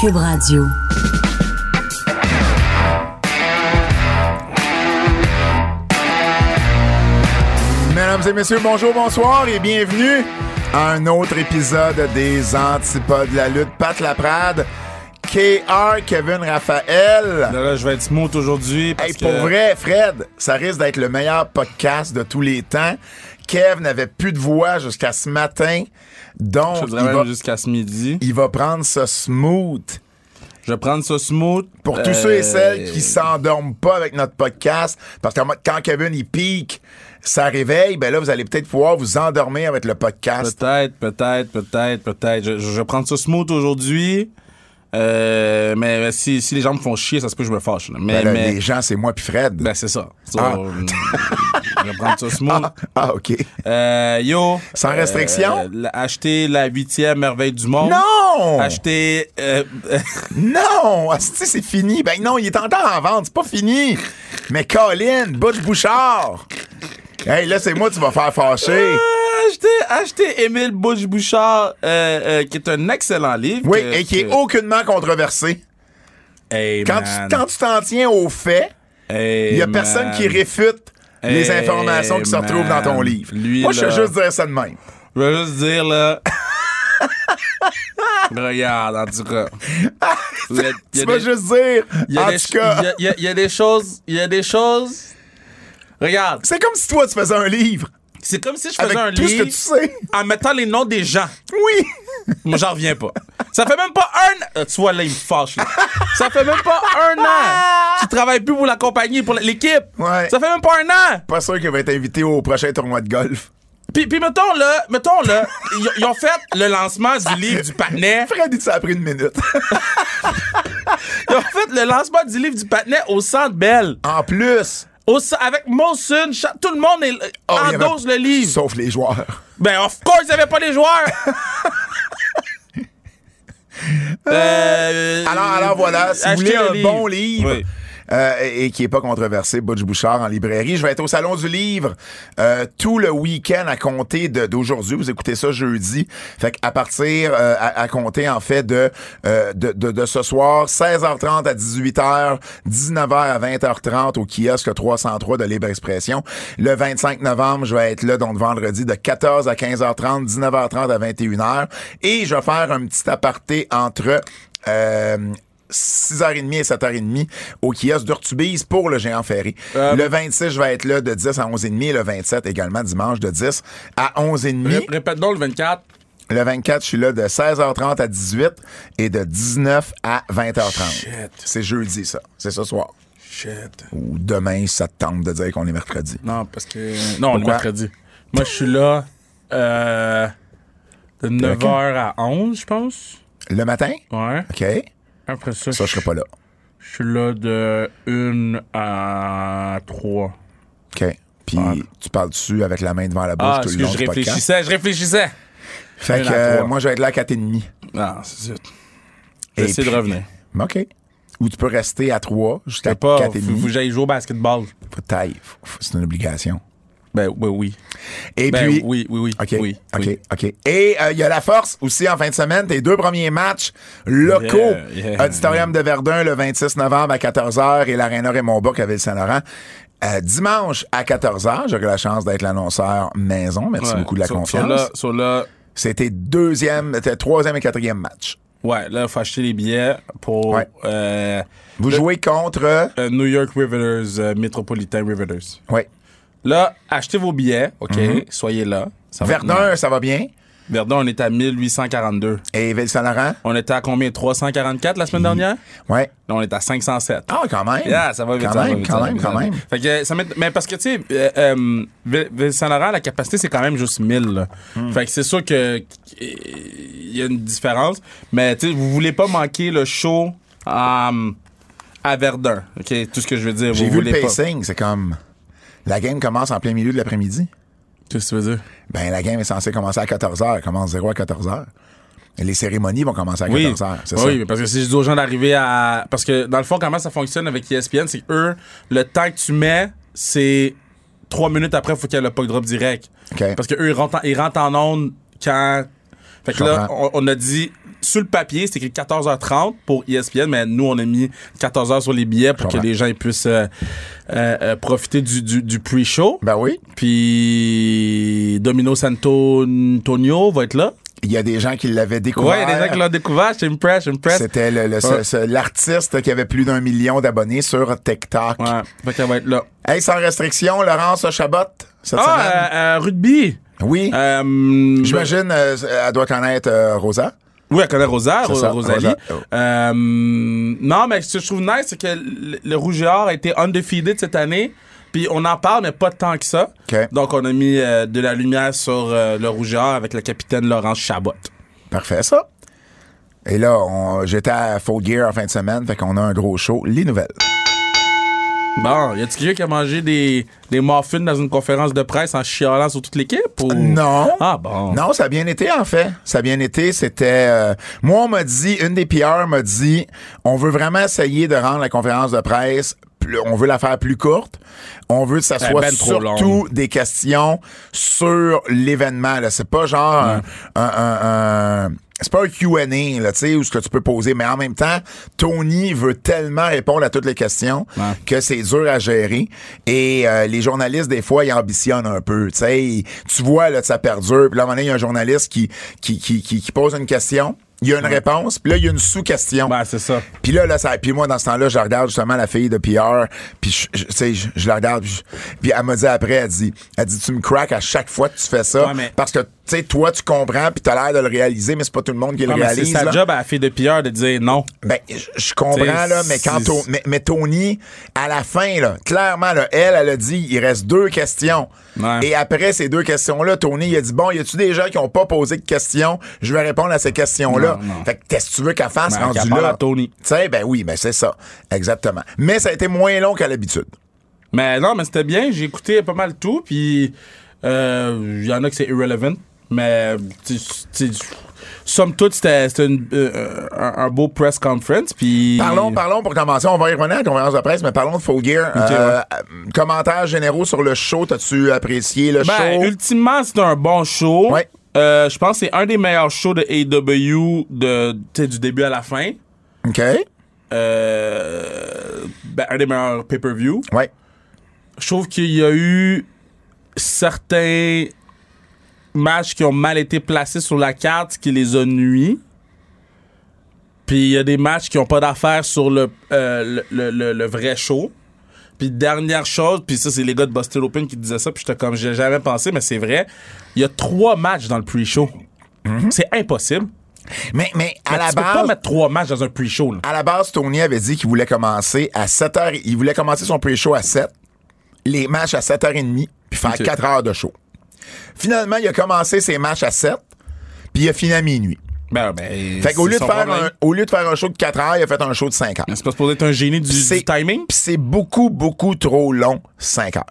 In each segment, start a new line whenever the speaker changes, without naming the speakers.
Cube Radio.
Mesdames et messieurs, bonjour, bonsoir et bienvenue à un autre épisode des Antipodes de la lutte. Pat Laprade, KR, Kevin Raphaël.
Là, là, je vais être smooth aujourd'hui. parce
Hey, pour
que-
vrai, Fred, ça risque d'être le meilleur podcast de tous les temps. Kev n'avait plus de voix jusqu'à ce matin,
Je
donc il
dirais même
va,
jusqu'à ce midi.
il va prendre ce smooth.
Je vais prendre ça smooth.
Pour tous
Euh,
ceux et celles qui s'endorment pas avec notre podcast, parce que quand Kevin il pique, ça réveille, ben là vous allez peut-être pouvoir vous endormir avec le podcast.
Peut-être, peut-être, peut-être, peut-être. Je, je vais prendre ça smooth aujourd'hui. Euh, mais mais si, si les gens me font chier, ça se peut que je me fâche. là. Mais,
Ben là,
mais
Les gens, c'est moi puis Fred.
ben, c'est ça. So,
Ah.
je vais prendre ça smooth.
ah, ah, ok.
Euh, yo.
Sans restriction?
euh, la- acheter la huitième merveille du monde.
Non!
Acheter. euh,
Non! Asti, c'est fini. Ben non, il est encore en vente, c'est pas fini. Mais Colin, Butch Bouchard! Hey, là, c'est moi, tu vas faire fâcher.
Ah! Achetez, achetez Émile Bouche Bouchard, euh, euh, qui est un excellent livre.
Oui,
que-
et qui est
que-
aucunement controversé.
Hey,
Quand tu
man.
quand tu t'en tiens aux faits,
Hey,
Il n'y a
man.
personne qui réfute les
Hey,
informations qui se retrouvent dans ton
man.
livre.
Lui,
Moi, je veux
là.
juste dire ça de même.
Je veux juste dire, là. Regarde, en tout cas. Il y a- il
Tu
y a
peux
des-
juste dire,
il y a
en
des-
tout cas,
il y a- Il y a- il y a des choses. Il y a des choses. Regarde,
c'est comme si toi, tu faisais un livre
c'est comme si je faisais
avec
un
tout ce que
livre
tu sais.
en mettant les noms des gens.
Oui!
Moi, j'en reviens pas. Ça fait même pas un an. Euh, tu vois, là, il me fâche. là. Ça fait même pas un an. Tu travailles plus pour la compagnie, pour l'équipe.
Ouais.
Ça fait même pas un an.
Pas sûr qu'il va être invité au prochain tournoi de golf.
Puis, puis mettons, là, mettons, là, ils- ils ont fait le lancement du livre du Patinet.
Fred, il ça a pris une minute.
Ils ont fait le lancement du livre du Patinet au Centre Bell.
en plus,
Au, ce- avec Monson, cha- tout le monde est,
oh, il y avait-
endosse le livre.
Sauf les joueurs.
Ben, of course, il n'y avait pas les joueurs. Euh,
Alors, alors voilà, si vous
achetez
voulez
le
un
livre.
bon livre.
Oui.
euh, et et qui est pas controversé, Butch Bouchard en librairie. Je vais être au Salon du Livre euh, tout le week-end à compter de- d'aujourd'hui. Vous écoutez ça jeudi. Fait qu'à partir, euh, à, à compter en fait de, euh, de, de, de ce soir, 16h30 à 18h, 19h à 20h30 au kiosque 303 de Libre Expression. Le 25 novembre, je vais être là, donc vendredi, de 14 à 15h30, 19h30 à 21h. Et je vais faire un petit aparté entre... euh, 6h30 et 7h30 au kiosque d'Urtubise pour le géant ferré.
Euh,
le 26, je vais être là de 10 à 11h30 et le 27 également dimanche de 10 à 11h30.
Ré- Répète donc le 24.
Le 24, je suis là de 16h30 à 18 et de 19 à 20h30.
Shit.
C'est jeudi ça, c'est ce soir.
Shit.
Ou demain, ça te tente de dire qu'on est mercredi.
Non, parce que. Non, le
Pourquoi?
mercredi. Moi, je suis là euh, de 9h à 11, je pense.
Le matin?
Ouais.
OK.
Après ça,
Ça, je serai pas là.
je suis là de 1 à 3.
OK. Puis tu parles dessus avec la main devant la bouche
Ah,
tout
parce
le
que
long
je
du podcast.
réfléchissais, je réfléchissais.
Fait
Une
que
à
euh,
trois.
moi, je vais être là à 4h30.
Non, c'est zut.
Et
J'essaie de
puis-
revenir.
Mais OK. Ou tu peux rester à 3
Je
jusqu'à
sais pas,
4 et
faut faut que
demi.
j'aille jouer au basketball.
Faut taille. Faut- faut- C'est une obligation.
Ben oui, oui.
Et
Ben
puis.
oui, oui, oui.
OK.
oui,
OK.
oui.
OK. Et euh, il y a la force aussi en fin de semaine. Tes deux premiers matchs locaux.
Yeah, yeah.
Auditorium de Verdun le 26 novembre à 14h et l'Arena Raymond Bourg à Ville-Saint-Laurent. euh, dimanche à 14h, j'aurai la chance d'être l'annonceur maison. Merci
Ouais.
beaucoup de la
So- so
confiance.
là- so là,
C'était deuxième, tes troisième et quatrième match.
ouais, là, faut acheter les billets pour
Ouais.
euh,
Vous jouez contre.
euh, New York Riveters, euh, Metropolitan Riveters.
Oui.
Là, achetez vos billets, OK? Soyez là. Ça va
Mhm. Verdun, ça va bien.
venir. Verdun, on est à 1842.
Et Ville-Saint-Laurent?
On était à combien? 344 la semaine
Mhm.
dernière?
Ouais.
Là, on est à 507.
Ah, quand même.
Yeah, ça va vite.
Quand
ça va
même,
vite,
quand
ça va
même,
vite,
quand
ça va
même.
vite. Fait que, ça m'étonne- mais parce que, tu sais, euh, euh, Ville- Ville-Saint-Laurent, la capacité, c'est quand même juste 1000. là.
Mhm.
Fait que c'est sûr que qu'il y a une différence. Mais, tu sais, vous voulez pas manquer le show euh, à Verdun. OK, tout ce que je veux dire.
J'ai
vous
vu le
voulez pas.
pacing, c'est comme. La game commence en plein milieu de l'après-midi.
Qu'est-ce que tu veux dire?
Ben, la game est censée commencer à 14h. Elle commence 0 à 14h. Et les cérémonies vont commencer à 14h. C'est
oui, mais parce que si je dis aux gens d'arriver à. Parce que dans le fond, comment ça fonctionne avec E ESPN, c'est que eux, le temps que tu mets, c'est trois minutes après, il faut qu'il y ait le puck drop direct.
OK.
Parce que eux, ils rentrent, en- ils rentrent en onde quand. Fait que
Je
là,
comprends.
on, on a dit sur le papier, c'est écrit 14h30 pour E ESPN, mais nous, on a mis 14h sur les billets pour que
comprends.
les gens ils puissent euh, euh, euh, profiter du, du, du pre-show.
Ben oui.
Puis Domino Santonio va être là.
Il y a des gens qui l'avaient découvert.
Ouais, il y a des gens qui l'ont découvert. Je suis impressed, je suis impressed.
C'était le- le- ce-
Ouais.
ce- l'artiste qui avait plus d'un million d'abonnés sur TikTok.
Ouais, fait qu'elle va être là.
Hey, sans restriction, Laurence Chabot, cette semaine.
Ah, euh, euh, rugby.
oui.
Euh,
J'imagine, euh, elle doit connaître euh, Rosa.
Oui, elle connaît Rosa,
C'est
Ro-
ça,
Rosalie.
Rosa. Oh.
Euh, non, mais ce que je trouve nice, c'est que le, le Rouge et Or a été undefeated cette année. Puis on en parle, mais pas tant que ça.
OK.
Donc on a mis euh, de la lumière sur euh, le Rouge et Or avec le capitaine Laurence Chabot.
Parfait, ça. Et là, on- j'étais à Full Gear en fin de semaine, fait qu'on a un gros show. Les nouvelles.
Bon, y a-t-il quelqu'un qui a mangé des, des muffins dans une conférence de presse en chialant sur toute l'équipe? Ou...
Non.
Ah bon.
Non, ça a bien été, en fait. Ça a bien été. C'était. euh, moi, on m'a dit, une des PR m'a dit, on veut vraiment essayer de rendre la conférence de presse. plus- On veut la faire plus courte. On veut que ça
Ben,
soit
ben trop
surtout des questions sur l'événement. là. C'est pas genre un- un, un- un- c'est pas un Q&A là, tu sais, où ce que tu peux poser, mais en même temps, Tony veut tellement répondre à toutes les questions
Ouais.
que c'est dur à gérer. Et euh, les journalistes, des fois, ils ambitionnent un peu. Tu sais, Ils- tu vois, là, ça perdure. Puis là, à un moment donné, il y a un journaliste qui, qui, qui, qui, qui pose une question. Il y a une réponse, puis là, il y a une sous-question.
Ben, c'est ça.
Puis là, là, ça, puis moi, dans ce temps-là, je regarde justement la fille de PR, puis je, je- tu sais, je, je la regarde, puis, je- puis elle m'a dit après, elle dit, elle dit, tu me craques à chaque fois que tu fais ça,
Ouais, mais-
parce que, tu sais, toi, tu comprends, puis t'as l'air de le réaliser, mais c'est pas tout le monde qui le
Non, mais c'est
réalise.
sa
là.
job à la fille de Pierre de dire non.
Ben, je- je comprends,
T'sais,
là, mais quand
c'est-
on- mais, mais Tony, à la fin, là, clairement, là, elle, elle a dit, il reste deux questions.
Ouais.
Et après ces deux questions-là, Tony, il a dit, bon, y a-tu des gens qui ont pas posé de questions? Je vais répondre à ces questions-là.
Non, non.
Fait que qu'est-ce que tu veux qu'elle fasse
Ben,
rendu
qu'elle parle
là?
à Tony.
T'sais, ben oui, ben c'est ça. Exactement. Mais ça a été moins long qu'à l'habitude.
Mais non, mais c'était bien. J'ai écouté pas mal tout. Puis, euh, il y en a que c'est irrelevant. Mais, tu- tu- somme toute, c'était c'était une- euh, un, un beau press conference. Puis.
Parlons, parlons pour commencer. On va y revenir à la conférence de presse, mais parlons de Full Gear. Euh, euh, Commentaires généraux sur le show. T'as-tu apprécié le
Ben,
show?
ultimement, c'est un bon show.
Ouais.
Euh, je pense que c'est un des meilleurs shows de AEW de, tu sais, du début à la fin.
OK.
Euh, ben, un des meilleurs pay-per-view.
Ouais.
je trouve qu'il y a eu certains matchs qui ont mal été placés sur la carte, ce qui les a nuits. Puis il y a des matchs qui n'ont pas d'affaires sur le, euh, le, le- le- le vrai show. Puis dernière chose, puis ça c'est les gars de Boston Open qui disaient ça, puis j'étais comme j'ai jamais pensé, mais c'est vrai. Il y a trois matchs dans le pre-show. C'est impossible.
Mais, mais à la
tu
base.
peux pas mettre trois matchs dans un pre-show. là.
À la base, Tony avait dit qu'il voulait commencer à 7h. Il voulait commencer son pre-show à 7, les matchs à 7h30, puis faire
Ok.
4 heures de show. Finalement, il a commencé ses matchs à 7, puis il a fini à minuit.
Ben, ben,
Fait qu'au
c'est
lieu, de
son
faire
problème.
un, au lieu de faire un show de 4 heures, il a fait un show de 5 heures.
C'est pas supposé être un génie du,
C'est-
du timing.
Puis c'est beaucoup, beaucoup trop long, 5 heures.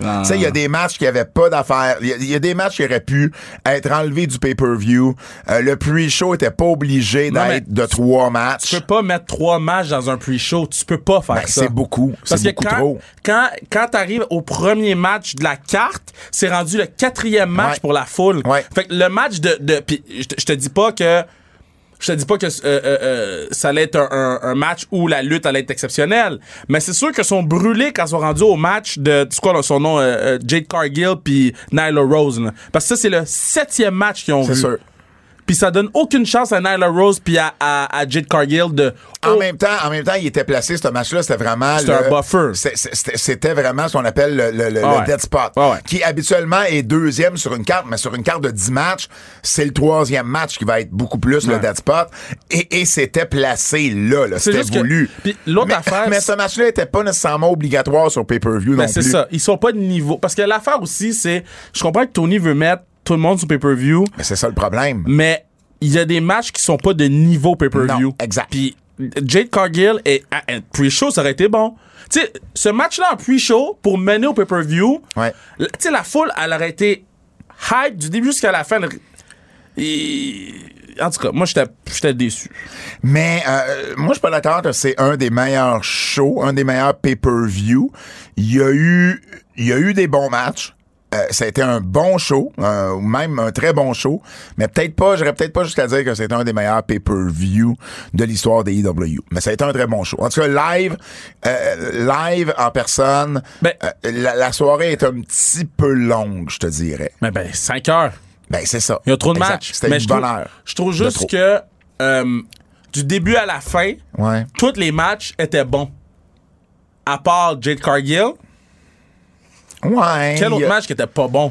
Tu
Ah.
sais, il y a des matchs qui avaient pas d'affaires. Il y a- il y, a des matchs qui auraient pu être enlevés du pay-per-view. Euh, le pre-show était pas obligé
Non, mais
d'être de trois matchs.
tu peux pas mettre trois matchs dans un pre-show. Tu peux pas faire
Ben,
ça.
c'est beaucoup.
Parce
C'est
que
beaucoup
quand,
trop.
quand, quand t'arrives au premier match de la carte, c'est rendu le quatrième match
Ouais.
pour la foule.
Ouais.
Fait que le match de, de puis je te- je te dis pas que je te dis pas que euh, euh, euh, ça allait être un, un- un match où la lutte allait être exceptionnelle, mais c'est sûr que sont brûlés quand ils sont rendus au match de c'est quoi là, son nom euh, euh, Jade Cargill puis Nyla Rose. là. Parce que ça c'est le septième match qu'ils ont vu.
C'est sûr.
Puis ça donne aucune chance à Nyla Rose puis à, à, à Jade Cargill de
En
oh,
même temps, en même temps, il était placé ce match-là, c'était vraiment
C'était
le-
un buffer.
c'est- c'est- C'était c'était vraiment ce qu'on appelle le, le- le- le
Ah ouais.
dead spot,
Ah ouais.
qui habituellement est deuxième sur une carte, mais sur une carte de 10 matchs, c'est le troisième match qui va être beaucoup plus le
Ouais.
dead spot, et, et c'était placé là, là.
C'est
c'était
juste que-
voulu.
puis l'autre
mais,
affaire,
mais ce
c'est-
match-là était pas nécessairement obligatoire sur pay-per-view
Ben,
non
c'est
plus.
ça. Ils sont pas de niveau. Parce que l'affaire aussi, c'est. Je comprends que Tony veut mettre tout le monde sur pay-per-view,
Mais c'est ça le problème.
mais il y a des matchs qui sont pas de niveau pay-per-view.
Non, exact.
Puis Jade Cargill et à- à- pre-show, ça aurait été bon. Tu sais, ce match-là en pre-show, pour mener au pay-per-view,
Ouais.
la- tu sais, la foule, elle aurait été hype du début jusqu'à la fin. Et- En tout cas, moi, j'étais j'étais déçu.
Mais euh, moi, je suis pas d'accord que c'est un des meilleurs shows, un des meilleurs pay-per-view. Il y a eu, il y a eu des bons matchs. euh, ça a été un bon show, euh, ou même un très bon show, mais peut-être pas, j'aurais peut-être pas jusqu'à dire que c'était un des meilleurs pay-per-view de l'histoire des EW. Mais ça a été un très bon show. En tout cas, live, euh, live en personne,
Ben-
euh, la, la soirée est un petit peu longue, je te dirais.
Mais ben, 5 heures.
Ben, c'est ça.
Il y a trop de
Exact.
matchs.
C'était
Mais
une
je
bonne
trouve,
heure.
je trouve
De
juste
trop.
que euh, du début à la fin,
Ouais.
tous les matchs étaient bons. À part Jade Cargill,
Ouais.
quel
il y
autre
a- Ah.
match qui était pas bon?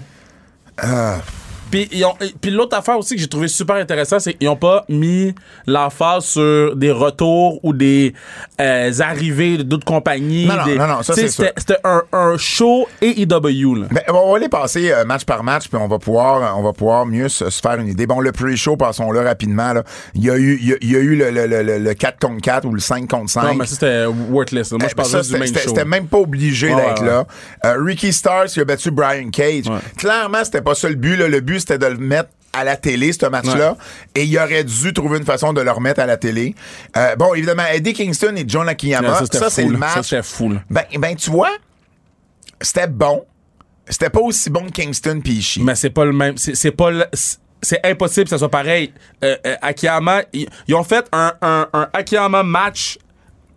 Puis, ils ont- et- puis l'autre affaire aussi que j'ai trouvé super intéressant, c'est qu'ils n'ont pas mis l'emphase sur des retours ou des euh, arrivées de d'autres compagnies.
Non, non,
des-
non, non, ça,
Tu sais,
c'est sûr.
c'était- C'était un, un show et EW. Là.
Ben, on va les passer euh, match par match, puis on va pouvoir, euh, on va pouvoir mieux se, se faire une idée. Bon, le pre-show, passons-le rapidement. Là. Il y a eu, il y a, il y a eu le, le, le- le- le 4 contre 4 ou le 5 contre 5.
Non, mais ça, c'était worthless. là. Moi,
Eh, ben,
je parle
ça,
juste du
c'était-
main
c'était
show.
c'était même pas obligé
Ouais,
d'être
ouais,
là. Euh, Ricky Stars qui a battu Brian Cage.
Ouais.
Clairement, c'était pas ça le but. là. Le but, c'était de le mettre à la télé, ce match-là. Et il aurait dû trouver une façon de le remettre à la télé. Euh, bon, évidemment, Eddie Kingston et John Akiyama,
Ouais, c'était
ça, c'est
fou,
le
là. Ça,
match.
c'était fou. là.
Ben, ben, tu vois, c'était bon. C'était pas aussi bon que Kingston puis Ishii.
Mais c'est pas le même. C'est c'est pas le- c'est- C'est impossible que ça soit pareil. Euh, euh, Akiyama, ils ils ont fait un, un, un Akiyama match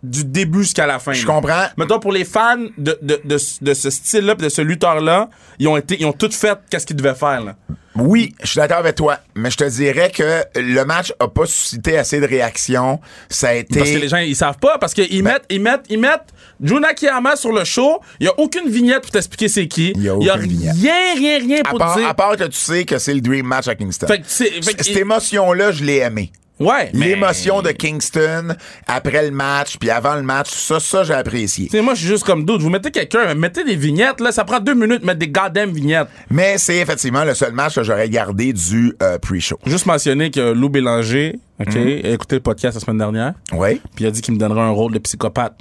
du début jusqu'à la fin.
Je comprends.
Mettons, pour les fans de, de, de, ce- de ce style-là pis de ce lutteur-là, ils ont été, ils ont tout fait qu'est-ce qu'ils devaient faire, là.
Oui, je suis d'accord avec toi, mais je te dirais que le match a pas suscité assez de réactions. Ça a été
Parce que les gens, ils savent pas, parce qu'ils
Ben-
mettent, ils mettent, ils mettent Jun Akiyama sur le show, il y a aucune vignette pour t'expliquer c'est qui.
Il y a
y
aucune vignette.
rien, rien, rien
à
pour te
part,
dire.
à part que tu sais que c'est le dream match à Kingston.
Fait que c'est- fait
C-
que-
Cette émotion-là, je l'ai aimée.
ouais. mais-
L'émotion de Kingston après le match, puis avant le match, ça, ça j'ai apprécié.
Tu sais, moi, je suis juste comme d'autres. Vous mettez quelqu'un, mettez des vignettes, là. Ça prend deux minutes de mettre des goddamn vignettes.
Mais c'est effectivement le seul match que j'aurais gardé du euh, pre-show.
Juste mentionner que Lou Bélanger, OK,
Mhm.
a écouté le podcast la semaine dernière,
Oui.
puis il a dit qu'il me donnerait un rôle de psychopathe.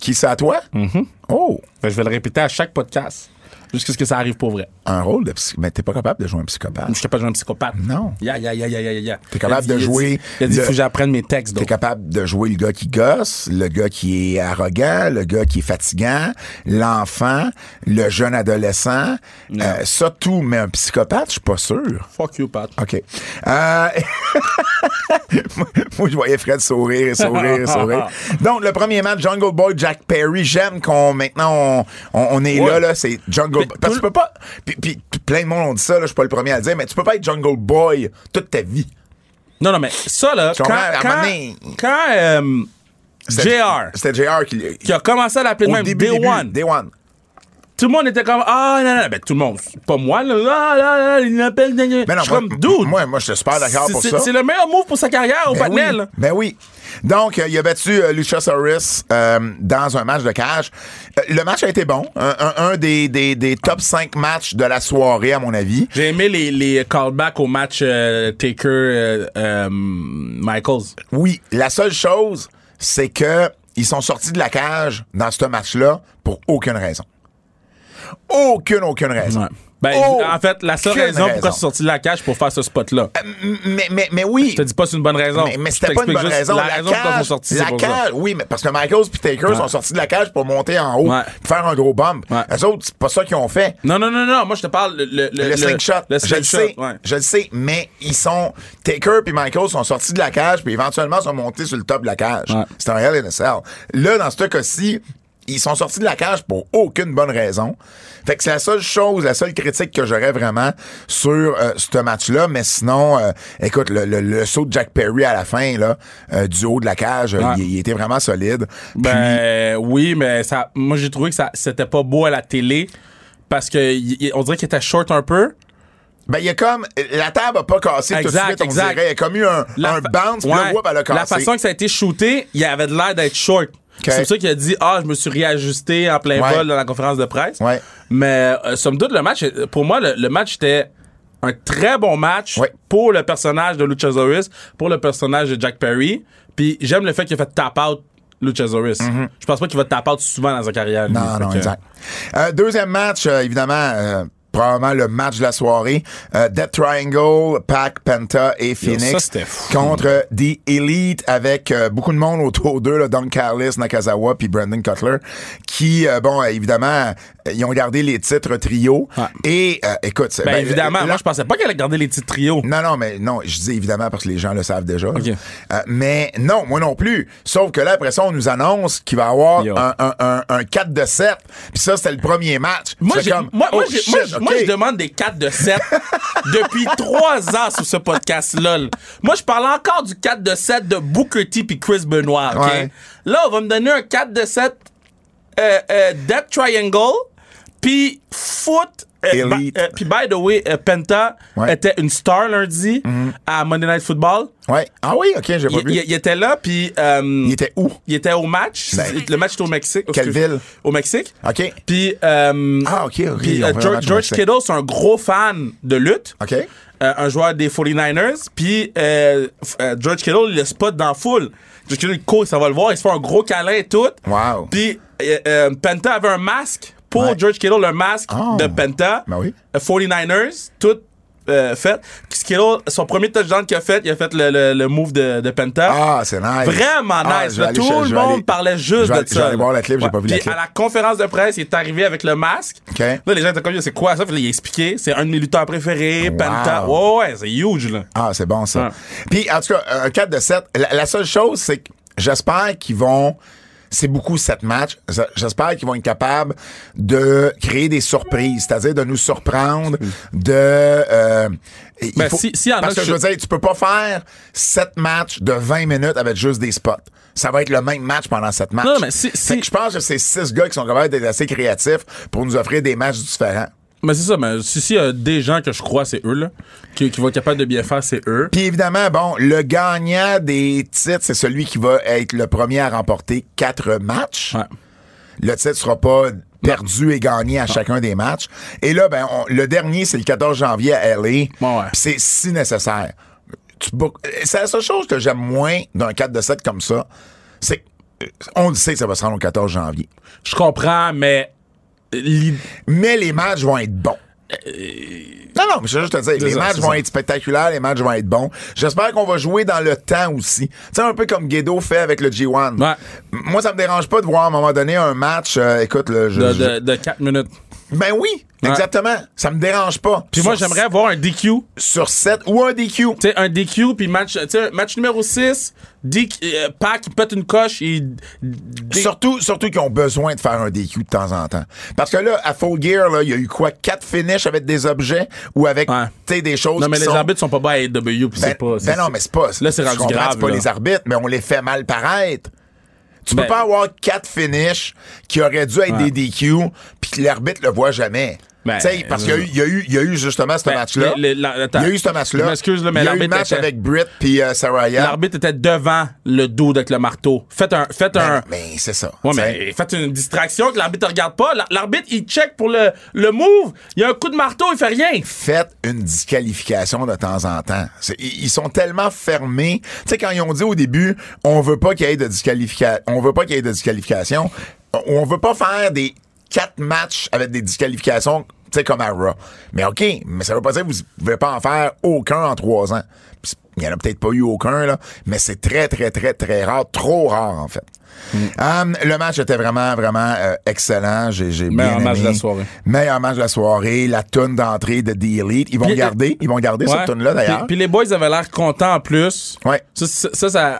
Qui c'est à toi?
Mm-hmm.
Oh,
Fait que je vais le répéter à chaque podcast, jusqu'à ce que ça arrive pour vrai.
un rôle de psy... Mais t'es pas capable de jouer un
Je
psychopathe.
suis capable de jouer un psychopathe.
Non.
Ya, ya, ya, ya, ya, ya, ya.
T'es capable
Il a
de
dit-
jouer
Il a dit, il
le-
faut que j'apprenne mes textes,
T'es
donc.
capable de jouer le gars qui gosse, le gars qui est arrogant, le gars qui est fatigant, l'enfant, le jeune adolescent. Euh, ça, tout, mais un psychopathe, je suis pas sûr.
Fuck you, Pat.
OK. Euh, moi, moi, je voyais Fred sourire et sourire et sourire. Donc, le premier match, Jungle Boy, Jack Perry. J'aime qu'on, maintenant, on, on- on est
Ouais.
là, là, c'est Jungle
Mais
Boy. Parce que
tout
tu peux pas, puis, puis plein de monde ont dit ça, là, je suis pas le premier à le dire, mais tu peux pas être Jungle Boy toute ta vie.
Non, non, mais ça, là,
Tu
quand,
comprends, à un moment
quand,
donné-
quand, euh,
C'était-
JR,
C'était JR qui,
qui a commencé à l'appeler de
au
même
début,
Day
début,
One,
Day One.
tout le monde était comme ah non non ben tout le monde pas moi là là là, là il appelle gna, gna.
Mais non,
je suis
moi,
comme dude
Moi, moi, je suis super d'accord
c'est-
pour
c'est-
ça.
c'est le meilleur move pour sa carrière au
Ben
panel
oui, ben oui. Donc, euh, il a battu euh, Luchasaurus euh, dans un match de cage. Euh, le match a été bon. Un, un- un des, des- des top 5 matchs de la soirée, à mon avis.
j'ai aimé les, les callbacks au match euh, Taker euh, euh, Michaels
Oui, la seule chose, c'est que ils sont sortis de la cage dans ce match-là pour aucune raison. Aucune, aucune raison.
ben
Oh,
en fait la seule
quelle
raison,
raison. Euh,
pourquoi je suis sorti de la cage pour faire ce spot là
M- Mais, mais, mais oui.
je te dis pas c'est une bonne raison
Mais, mais
Je
c'était pas une
t'explique
bonne
juste
raison.
la raison pourquoi ils sont sortis
la
c'est pour ça
cage, oui, mais parce que Michaels et Taker sont sortis de la cage pour monter en haut,
Ouais.
pour faire un gros bump.
Ouais.
Les autres, c'est pas ça qu'ils ont fait.
non non non non moi je te parle le le
Le,
le,
slingshot,
le
je le
slingshot,
sais,
ouais.
je le sais, mais ils sont Taker puis Michaels sont sortis de la cage puis éventuellement sont montés sur le top de la cage.
Ouais.
C'est un Hell in a Cell. Là, dans ce cas-ci, ils sont sortis de la cage pour aucune bonne raison. Fait que c'est la seule chose, la seule critique que j'aurais vraiment sur euh, ce match-là. Mais sinon, euh, écoute, le, le- le saut de Jack Perry à la fin, là, euh, du haut de la cage, euh,
Ouais.
il, il était vraiment solide. Puis-
Ben oui, mais ça, moi j'ai trouvé que ça, c'était pas beau à la télé parce que y- y- on dirait qu'il était short un peu.
ben, il y a comme, la table a pas cassé tout de
Exact,
suite, on
exact.
dirait. Il y a comme eu un, un
fa-
bounce, puis là,
Ouais.
whoop, elle a cassé.
la façon que ça a été shooté, il avait de l'air d'être short. C'est pour ça qu'il a dit ah je me suis réajusté en plein
Ouais.
vol dans la conférence de presse.
Ouais.
Mais euh, somme toute le match, euh, pour moi le, le match était un très bon match
Ouais.
pour le personnage de Luchasaurus, pour le personnage de Jack Perry. Puis j'aime le fait qu'il a fait tap out Luchasaurus. Je pense pas qu'il va tap out souvent dans sa carrière. lui.
Mm-hmm. Non,
Fait
non,
que-
exact. Euh, deuxième match, euh, évidemment, euh, probablement le match de la soirée. Euh, Death Triangle, Pac, Penta et
ça,
Phoenix
c'était fou.
contre The Elite avec euh, beaucoup de monde autour d'eux, là, Don Carlis, Nakazawa puis Brandon Cutler, qui, euh, bon, euh, évidemment, euh, ils ont gardé les titres trio.
Ouais.
Et, euh, écoute, c'est-
Ben,
ben,
évidemment,
là-
moi, je pensais pas qu'elle allait garder les petits trios.
non, non, mais non, je dis évidemment parce que les gens le savent déjà.
OK.
Euh, mais non, moi non plus. Sauf que là, après ça, on nous annonce qu'il va y avoir
Yo.
un, un- un- un 4 de 7. Puis ça, c'était le premier match.
Moi,
C'est
j'ai-
comme,
moi, moi,
oh,
j'ai-
shit,
moi, je- moi,
OK.
je demande des 4 de 7 depuis 3 ans sur ce podcast lol. Moi, je parle encore du 4 de 7 de Booker T puis Chris Benoit. ok?
Ouais.
Là, on va me donner un 4 de 7 euh, euh, Death Triangle puis Foot. euh,
Elite.
ba- euh, puis by the way, euh, Penta
Ouais.
était une star lundi à Monday Night Football.
Ouais. Ah oui, OK, j'ai pas
Il,
vu.
il- il était là, puis euh,
Il était où?
il était au match.
Ben.
le match était au Mexique.
Quelle ville?
Au Mexique.
OK.
Puis, euh,
Ah, ok, ok,
puis,
on
euh,
fait un
George,
match au
George
Mexique.
Kittle, c'est un gros fan de lutte.
OK.
Euh, un joueur des 49ers. Puis, euh, f- euh, George Kittle, il le spot dans la foule. George Kittle, il court, ça va le voir. Il se fait un gros câlin et tout.
Wow.
Puis, euh, euh, Penta avait un masque pour
Ouais.
George Kittle, le masque
Oh.
de Penta.
Ben oui.
Euh, 49ers, tout euh, fait. Kittle, son premier touchdown qu'il a fait, il a fait le, le- le move de, de Penta.
Ah, c'est nice.
Vraiment
Ah,
nice.
je vais
là.
aller
tout
cher- je
le
vais
monde
aller-
parlait juste
je vais-
de
je
ça.
vais aller voir la clip, j'ai
Ouais.
pas vu la
Puis
clip.
à la conférence de presse, il est arrivé avec le masque.
OK.
Là, les gens étaient comme, Yo, c'est quoi ça? Puis là, il a expliqué, c'est un de mes lutteurs préférés, Penta. Ouais, ouais, c'est huge, là.
Ah, c'est bon, ça.
Ouais.
Puis, en tout cas, un 4 de 7. La, la seule chose, c'est que j'espère qu'ils vont. C'est beaucoup sept matchs. Je- J'espère qu'ils vont être capables de créer des surprises, c'est-à-dire de nous surprendre, de. euh, il
Ben, si- s'il y en a
parce que
que
je veux dire, tu peux pas faire sept matchs de 20 minutes avec juste des spots. Ça va être le même match pendant sept matchs.
Non, mais si-
Fait
si-
que je pense que c'est six gars qui sont capables d'être assez créatifs pour nous offrir des matchs différents.
Mais c'est ça, mais si, si, euh, des gens que je crois, c'est eux, là, qui, qui vont être capables de bien faire, c'est eux.
Puis évidemment, bon, le gagnant des titres, c'est celui qui va être le premier à remporter quatre matchs.
Ouais.
Le titre sera pas perdu et gagné à chacun des matchs. Et là, ben, on- le dernier, c'est le 14 janvier à LA.
ouais.
Puis C'est si nécessaire. Tu book- C'est la seule chose que j'aime moins d'un 4 de 7 comme ça. C'est que, euh, on le sait que ça va se rendre au 14 janvier.
Je comprends, mais. l'id-
Mais les matchs vont être bons. Non, non, mais je veux juste te dire, les
ça,
matchs
Euh, c'est
vont
ça.
être spectaculaires, les matchs vont être bons. J'espère qu'on va jouer dans le temps aussi. Tu sais, un peu comme Guido fait avec le G1.
Ouais.
M- Moi, ça me dérange pas de voir à un moment donné un match, euh, écoute, le je,
De,
je-
de, 4 minutes.
Ben oui,
Ouais.
exactement. Ça me dérange pas.
Puis moi,
Sur-
j'aimerais avoir un DQ.
Sur 7 ou un DQ.
Tu sais, un DQ, puis match, tu sais, match numéro 6, Dick, euh, Pac, il pète une coche, il. dé-
Surtout, surtout qu'ils ont besoin de faire un DQ de temps en temps. Parce que là, à Full Gear, là, il y a eu quoi? Quatre finishes avec des objets ou avec
Ouais.
tu sais, des choses
Non, mais
qui
les
sont-
arbitres sont pas bas à AEW, puis
Ben,
c'est pas.
ben non, mais c'est pas.
Là, c'est
tu
rendu
comprends,
grave,
C'est pas
là.
les arbitres, mais on les fait mal paraître. Tu
Ben-
peux pas avoir quatre finishes qui auraient dû être
Ouais.
des DQ puis que l'arbitre le voit jamais.
Ben,
Tu sais, parce qu'il y, a eu- il y a eu- il y a eu justement ce
Ben,
match-là.
le- le- la- attends.
Il y a eu ce
Je
match-là.
m'excuse, là, mais
Il y a eu le
l'arbitre
match
était-
avec Britt puis euh, Saraya.
L'arbitre était devant le dos avec le marteau. Faites un. Faites un
Ben, mais c'est ça.
ouais,
Tu sais.
mais faites une distraction que l'arbitre ne regarde pas. L'ar- L'arbitre, il check pour le, le move. Il y a un coup de marteau, il fait rien.
faites une disqualification de temps en temps. C'est- Ils ils sont tellement fermés. Tu sais, quand ils ont dit au début, on veut pas qu'il y ait de disqualification, on veut pas qu'il y ait de disqualification, on- on veut pas faire des quatre matchs avec des disqualifications, tu sais, comme à Raw. Mais OK, mais ça veut pas dire que vous pouvez pas en faire aucun en trois ans. Puis Il y en a peut-être pas eu aucun, là, mais c'est très, très, très, très rare, trop rare, en fait.
Mm.
Hum, le match était vraiment, vraiment euh, excellent. J'ai j'ai bien
Meilleur
aimé.
match de la soirée.
Meilleur match de la soirée, la toune d'entrée de The Elite. Ils vont
Puis- euh,
garder, ils vont garder
Ouais.
cette toune là d'ailleurs.
Puis, puis les boys avaient l'air contents en plus.
Ouais.
Ça, ça, ça, ça,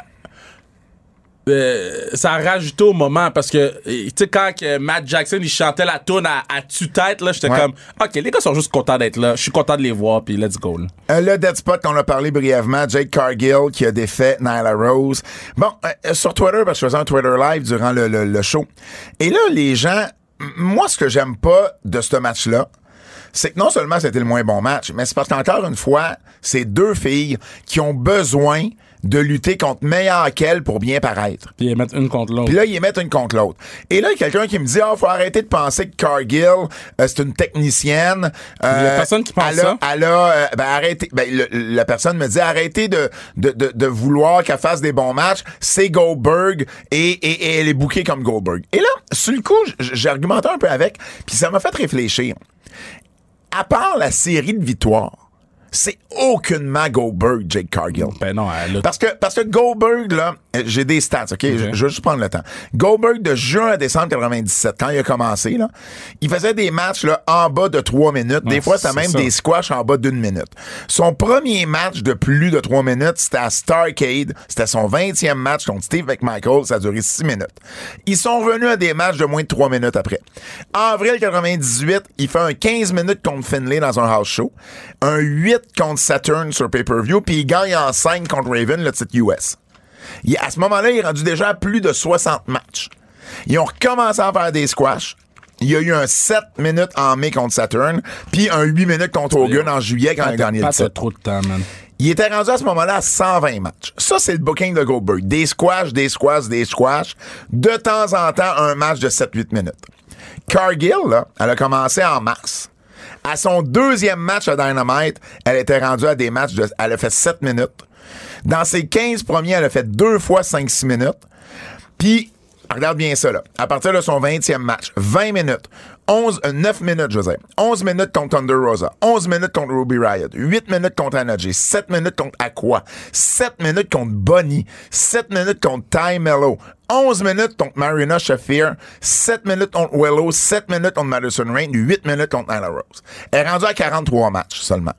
euh, ça a rajouté au moment parce que, euh, tu sais, quand que Matt Jackson, il chantait la toune à, à tue-tête, là, j'étais
Ouais.
comme, OK, les gars sont juste contents d'être là. Je suis content de les voir, puis let's go, là.
Euh, le dead spot qu'on a parlé brièvement, Jake Cargill qui a défait Nyla Rose. Bon, euh, euh, sur Twitter, parce que je faisais un Twitter live durant le, le- le show. Et là, les gens, m- moi, ce que j'aime pas de ce match-là, c'est que non seulement c'était le moins bon match, mais c'est parce qu'encore une fois, c'est deux filles qui ont besoin de lutter contre meilleure qu'elles pour bien paraître.
Puis ils mettent une contre l'autre.
Puis là, ils les mettent une contre l'autre. Et là, il y a quelqu'un qui me dit, ah, faut arrêter de penser que Cargill, euh, c'est une technicienne. Euh,
Il y a personne qui pense
elle a-
ça.
Elle a, euh, ben, arrêtez- ben, le- le- la personne me dit, arrêtez de, de, de, de vouloir qu'elle fasse des bons matchs. C'est Goldberg et, et, et elle est bouquée comme Goldberg. Et là, sur le coup, j- j'ai argumenté un peu avec, puis ça m'a fait réfléchir. à part la série de victoires, c'est aucunement Goldberg, Jake Cargill.
Ben non, elle a-
Parce que, parce que Goldberg, là, euh, j'ai des stats, OK? Je, je vais juste prendre le temps. Goldberg, de juin à décembre 97, quand il a commencé, là, il faisait des matchs là, en bas de trois minutes. Des
Ouais,
fois, c'était
c'est
même
ça.
des squash en bas d'une minute. Son premier match de plus de trois minutes, c'était à Starcade. C'était son 20e match contre Steve McMichael. Ça a duré six minutes. Ils sont revenus à des matchs de moins de trois minutes après. En avril 98, il fait un 15 minutes contre Finlay dans un house show, un 8 contre Saturn sur pay-per-view, puis il gagne en 5 contre Raven, le titre US. Il- à ce moment-là, il est rendu déjà à plus de 60 matchs. Ils ont recommencé à faire des squash. Il y a eu un 7 minutes en mai contre Saturn, puis un 8 minutes contre Hogan en juillet quand il a gagné le
Pat a
titre.
trop de temps, man.
Il était rendu à ce moment-là à 120 matchs. Ça, c'est le booking de Goldberg. Des squash, des squash, des squash. De temps en temps, un match de 7-8 minutes. Cargill, là, elle a commencé en mars. À son deuxième match à Dynamite, elle était rendue à des matchs de... Elle a fait 7 minutes. Dans ses 15 premiers, elle a fait deux fois 5-6 minutes. Puis, regarde bien ça, là. À partir de son 20e match, 20 minutes, 11, euh, 9 minutes, je veux dire, 11 minutes contre Thunder Rosa, 11 minutes contre Ruby Riot, 8 minutes contre Anna 7 minutes contre Aqua, 7 minutes contre Bonnie, 7 minutes contre Ty Mello, 11 minutes contre Marina Shafir, 7 minutes contre Willow, 7 minutes contre Madison Rain, 8 minutes contre Anna Rose. Elle est rendue à 43 matchs seulement.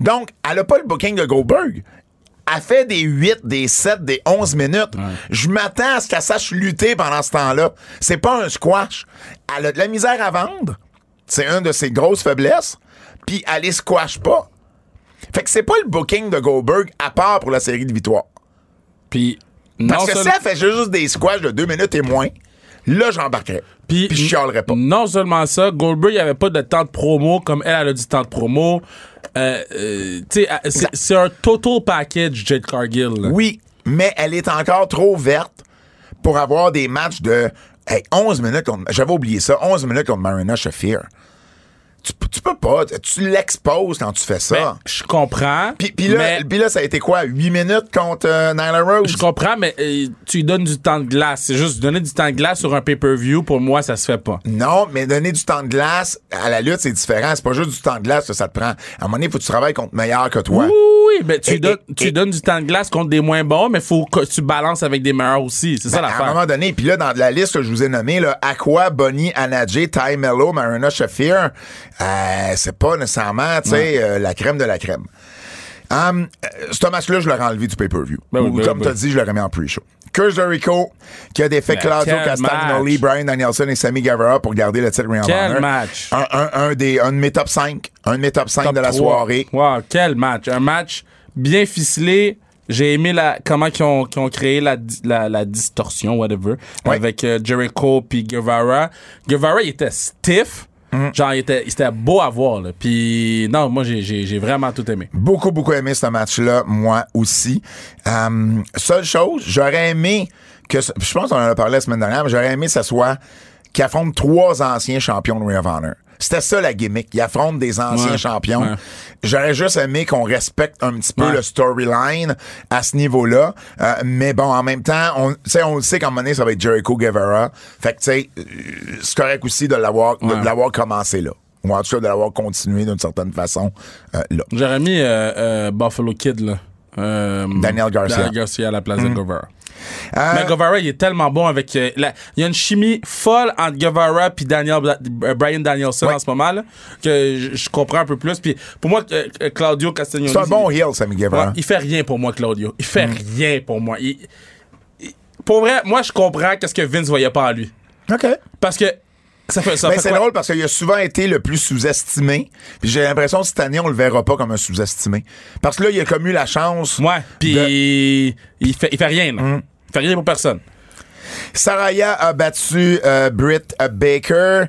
Donc, elle n'a pas le booking de Goldberg. Elle fait des 8, des 7, des 11 minutes. Je m'attends à ce qu'elle sache lutter pendant ce temps-là. C'est pas un squash. Elle a de la misère à vendre. C'est une de ses grosses faiblesses. Puis elle les squash pas. Fait que c'est pas le booking de Goldberg à part pour la série de victoires.
Puis,
Parce
non
que
seul-
ça fait juste des squash de 2 minutes et moins. Là, j'embarquerais. Puis, je chialerais pas.
Non seulement ça, Goldberg, il n'y avait pas de temps de promo comme elle, elle a du temps de promo. Euh, euh, tu sais, elle- c'est- c'est un total package, Jade Cargill. là.
Oui, mais elle est encore trop verte pour avoir des matchs de hey, 11 minutes contre. J'avais oublié ça, 11 minutes contre Marina Shafir. Tu, p- tu peux pas, tu- tu l'exposes quand tu fais
Ben,
ça.
je comprends.
Ah. puis, puis là,
mais-
puis là, ça a été quoi? 8 minutes contre euh, Nyla Rose?
je comprends, mais euh, tu lui donnes du temps de glace. C'est juste donner du temps de glace sur un pay-per-view, pour moi, ça se fait pas.
Non, mais donner du temps de glace à la lutte, c'est différent. C'est pas juste du temps de glace que ça te prend. À un moment donné, il faut que tu travailles contre meilleur que toi.
Oui, oui, oui, ben, tu,
Et-
donnes,
et-
tu
et-
donnes du temps de glace contre des moins bons, mais faut que tu balances avec des meilleurs aussi. C'est ça
Ben, À un
l'affaire.
moment donné, puis là, dans la liste que je vous ai nommée, là, Aqua, Bonnie, Anadje, Ty Mello, Marina Shafir, euh, c'est pas nécessairement, tu sais, euh, la crème de la crème. Hum, euh, ce match-là, je l'aurais enlevé du pay-per-view.
Ben oui,
Ou
ben
comme
oui,
t'as
ben
dit, je l'aurais mis en pre-show. Curse de Rico, qui a défait
Ben,
Claudio
quel
Castagnoli,
match.
Brian Danielson et Sammy Guevara pour garder le titre Ring of
Quel
Honor.
match.
Un, un, un des, un de mes top 5. Un de mes top 5
Top
de la
trois.
soirée.
Wow, quel match. Un match bien ficelé. J'ai aimé la, comment ils ont, qu'ils ont créé la, di- la, la distorsion, whatever,
Ouais.
avec euh, Jericho puis Guevara. Guevara, il était stiff.
Mm.
Genre, il était, il était beau à voir. là. Puis, non, moi, j'ai- j'ai j'ai vraiment tout aimé.
Beaucoup, beaucoup aimé ce match-là, moi aussi. Euh, seule chose, j'aurais aimé que, ce- je pense qu'on en a parlé la semaine dernière, mais j'aurais aimé que ce soit qu'ils affrontent trois anciens champions de Ring of Honor. C'était ça la gimmick. Ils affrontent des anciens
Ouais,
champions.
ouais.
J'aurais juste aimé qu'on respecte un petit peu
Ouais.
le storyline à ce niveau-là. Euh, mais bon, en même temps, on, tu sais, on le sait qu'à un moment donné, ça va être Jericho Guevara. Fait que, tu sais, euh, c'est correct aussi de l'avoir, de
Ouais.
l'avoir commencé là. Ou en tout cas, de l'avoir continué d'une certaine façon euh, là.
J'aurais mis euh, euh, Buffalo Kid, là. Euh,
Daniel Garcia. Mm.
Daniel Garcia à la place de Guevara.
Euh,
Mais Guevara, il est tellement bon avec. euh, la- il y a une chimie folle entre Guevara puis Daniel, Bla- euh, Brian Danielson
Ouais.
en ce moment, là, que je, je comprends un peu plus. Puis pour moi, euh, euh, Claudio Castagnoli.
C'est un bon hein. Mm.
il,
heel, Sammy
ouais,
Guevara.
il fait rien pour moi, Claudio. Il fait rien pour moi. Il- il- pour vrai, moi, je comprends qu'est-ce que Vince voyait pas en lui.
OK.
Parce que ça fait ça.
Ben,
Ben, fait
c'est
quoi?
drôle parce qu'il a souvent été le plus sous-estimé. Puis j'ai l'impression que cette année, on le verra pas comme un sous-estimé. Parce que là, il a comme eu la chance.
Ouais, puis il, fait, il fait rien, là.
Mm.
Il fait rien pour personne.
Saraya a battu euh, Britt Baker.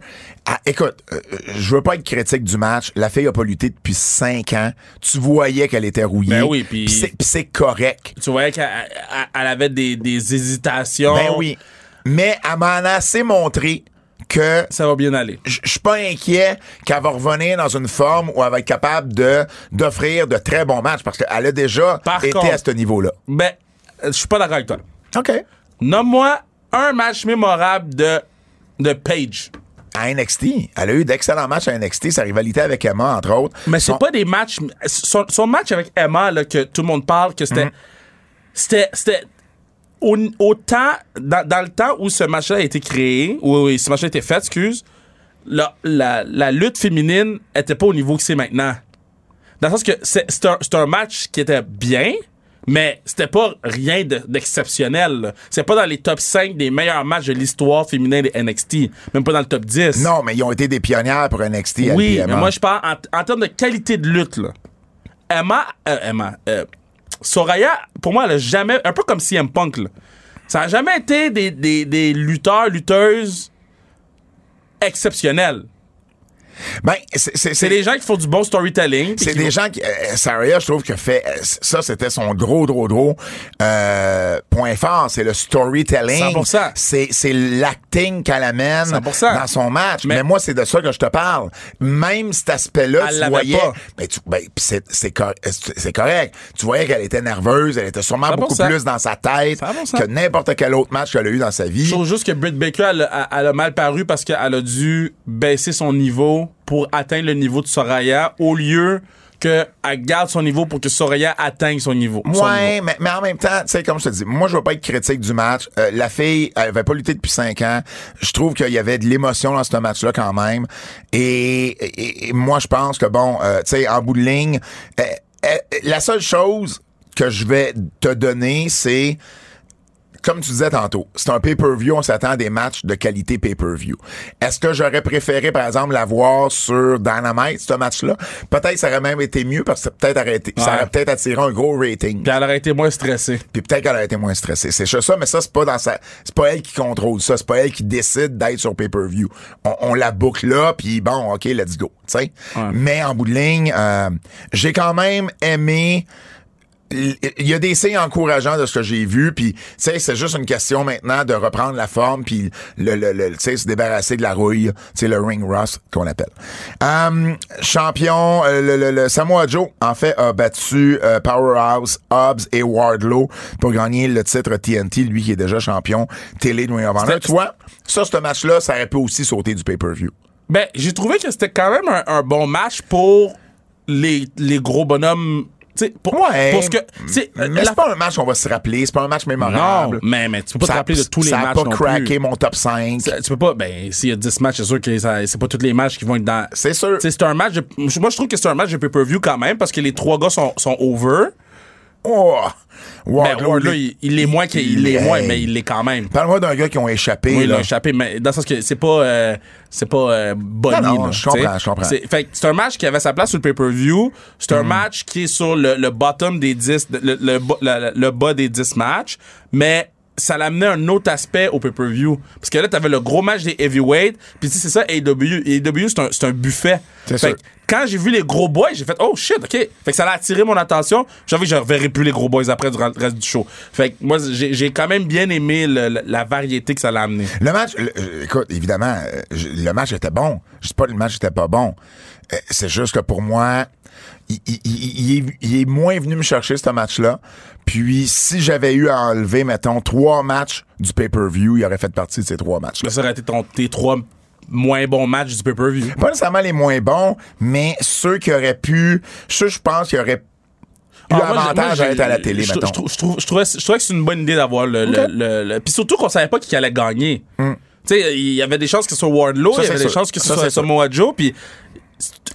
Ah, écoute, euh, euh, je veux pas être critique du match. La fille a pas lutté depuis cinq ans. Tu voyais qu'elle était rouillée.
Ben oui, puis-
c'est- puis c'est correct.
Tu voyais qu'elle elle- elle avait des, des hésitations.
Ben oui. Mais elle m'en a assez montré que
Ça va bien aller.
je je suis pas inquiet qu'elle va revenir dans une forme où elle va être capable de d'offrir de très bons matchs parce qu'elle a déjà
Par
été
contre-
à ce niveau-là.
Ben, euh, je suis pas d'accord avec toi.
OK.
Nomme-moi un match mémorable de, de Page.
à NXT. Elle a eu d'excellents matchs à NXT, sa rivalité avec Emma, entre autres.
Mais c'est
Son-
pas des matchs. Son, son match avec Emma, là, que tout le monde parle, que c'était. C'était. C'était. Au, au temps, dans, dans le temps où ce match-là a été créé, où, où ce match-là a été fait, excuse, la, la, la lutte féminine était pas au niveau que c'est maintenant. Dans le sens que c'est c'est un, c'est un match qui était bien, mais c'était pas rien de- d'exceptionnel. là. c'est pas dans les top 5 des meilleurs matchs de l'histoire féminine des NXT. Même pas dans le top 10.
Non, mais ils ont été des pionnières pour NXT. elle
Oui,
et
mais
Emma.
moi, je parle en, en termes de qualité de lutte. Là. Emma, euh, Emma euh, Soraya, pour moi, elle a jamais. Un peu comme CM Punk. là. Ça n'a jamais été des, des, des lutteurs, lutteuses exceptionnels.
Ben, c'est- c'est
C'est des gens qui font du bon storytelling. puis
C'est
qui
des
vont-
gens qui. euh, Saraya, je trouve que fait. euh, Ça, c'était son gros, gros, gros euh, point fort. C'est le storytelling.
100%.
C'est c'est l'acting qu'elle amène
100%.
dans son match. Mais,
Mais-
moi, c'est de ça que je te parle. Même cet aspect-là,
Elle
tu
l'avait
voyais.
pas.
Ben, tu- ben, pis c'est c'est cor- euh, c'est- c'est correct. Tu voyais qu'elle était nerveuse. Elle était sûrement beaucoup
100%.
plus dans sa tête
100%.
que n'importe quel autre match qu'elle a eu dans sa vie.
Je trouve juste que Britt Baker, elle, a- elle a mal paru parce qu'elle a dû baisser son niveau pour atteindre le niveau de Soraya au lieu qu'elle garde son niveau pour que Soraya atteigne son niveau. son
Ouais,
niveau.
mais, mais en même temps, tu sais, comme je te dis, moi, je veux pas être critique du match. Euh, la fille, elle avait pas lutté depuis cinq ans. Je trouve qu'il y avait de l'émotion dans ce match-là quand même. Et, et- et moi, je pense que, bon, euh, tu sais, en bout de ligne, euh, euh, la seule chose que je vais te donner, c'est comme tu disais tantôt, c'est un pay-per-view, on s'attend à des matchs de qualité pay-per-view. Est-ce que j'aurais préféré, par exemple, la voir sur Dynamite, ce match-là? Peut-être ça aurait même été mieux parce que peut-être arrêté, ça
Ouais.
aurait peut-être attiré un gros rating.
Puis elle aurait été moins stressée.
Puis peut-être qu'elle aurait été moins stressée. C'est juste ça, mais ça, c'est pas dans sa. C'est pas elle qui contrôle ça. C'est pas elle qui décide d'être sur pay-per-view. On, on la boucle là, puis bon, OK, let's go. tu sais. Mais en bout de ligne, euh, j'ai quand même aimé. Il il y a des signes encourageants de ce que j'ai vu, puis tu sais, c'est juste une question maintenant de reprendre la forme, puis le, le, le- tu sais, se débarrasser de la rouille, tu sais, le ring rust qu'on appelle. Euh, champion, euh, le, le- le Samoa Joe en fait a battu euh, Powerhouse, Hobbs et Wardlow pour gagner le titre TNT, lui qui est déjà champion télé de Ring of Honor.
C'était-
Tu vois, ça, ce match-là, ça aurait pu aussi sauter du pay-per-view.
Ben, j'ai trouvé que c'était quand même un, un bon match pour les, les gros bonhommes. T'sais, pour,
Ouais.
pour ce que. t'sais, euh,
Mais
la-
c'est pas un match qu'on va se rappeler, c'est pas un match mémorable.
non, mais, mais tu peux pas
ça,
te rappeler de tous les
ça a
matchs.
pas
non plus.
craqué mon top 5.
Ça- Tu peux pas. Ben, s'il y a 10 matchs, c'est sûr que ça- c'est pas tous les matchs qui vont être dans.
C'est sûr.
T'sais, C'est un match. de- moi, je trouve que c'est un match de pay-per-view quand même parce que les trois gars sont, sont over.
Oh!
Ben,
Wardlow,
Wardlow,
lui-
il, il est moins qu'il il est
il-
moins,
hey.
mais il l'est quand même.
Parle-moi d'un gars qui ont échappé.
Oui, il
là.
a échappé, mais dans le sens que c'est pas, euh, c'est pas euh, Bonnie.
Non, non,
là,
je comprends,
tu sais.
je comprends.
C'est, fait que c'est un match qui avait sa place sur le pay-per-view. C'est
Mhm.
un match qui est sur le, le bottom des 10, le, le bas- le- le bas des 10 matchs, mais ça l'amenait un autre aspect au pay-per-view. Parce que là, t'avais le gros match des heavyweight, puis tu sais, c'est ça, E AEW, AEW c'est, un, c'est un buffet.
C'est
fait
sûr.
que quand j'ai vu les gros boys, j'ai fait « Oh shit, OK ». Fait que ça a attiré mon attention. J'avais que je reverrai plus les gros boys après durant le reste du show. Fait que moi, j'ai, j'ai quand même bien aimé le- le- la variété que ça l'a amené.
Le match, le- euh, écoute, évidemment, euh, je- le match était bon. Je dis pas que le match était pas bon. Euh, C'est juste que pour moi, il, il- il- il est, il est moins venu me chercher ce match-là. Puis si j'avais eu à enlever, mettons, trois matchs du pay-per-view, il aurait fait partie de ces trois matchs-là.
Ça aurait été ton- tes trois moins bons matchs du pay-per-view.
Pas nécessairement les moins bons, mais ceux qui auraient pu. Ceux, je pense, qui auraient eu
Ah, moi, j'ai- moi,
avantage
j'ai-
à être à la télé,
je,
mettons.
Je, trouve- je trouve- je trouvais, je trouvais que c'est une bonne idée d'avoir le. le- le- le- Puis surtout qu'on savait pas qui allait gagner. Tu sais, il y avait des chances que ce soit Wardlow,
Hmm. Ça,
il y
c'est
avait des
sûr.
chances que ce
Ça,
soit
c'est sûr.
Samoa Joe, puis.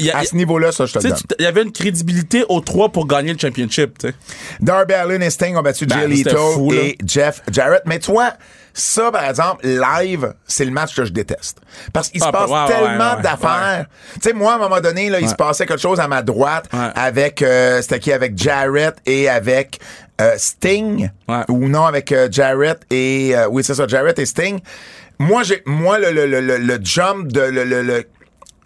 Il y a-
à ce niveau-là, ça, je te
tu
le
sais,
donne.
tu- il y avait une crédibilité aux trois pour gagner le championship, tu sais.
Darby Allin et Sting ont battu
Ben,
Jay
c'était
Lethal
fou, là.
et Jeff Jarrett. Mais toi, ça, par exemple, live, c'est le match que je déteste. Parce qu'il
Ah,
se
bah,
passe
ouais, ouais,
tellement
ouais, ouais.
d'affaires. Tu sais, moi, à un moment donné, là, il se passait quelque chose à ma droite
Ouais.
avec, euh, c'était qui, avec Jarrett et avec euh, Sting.
Ouais.
Ou non, avec euh, Jarrett et, euh, oui, c'est ça, Jarrett et Sting. Moi, j'ai, moi, le, le, le, le, le jump de, le, le, le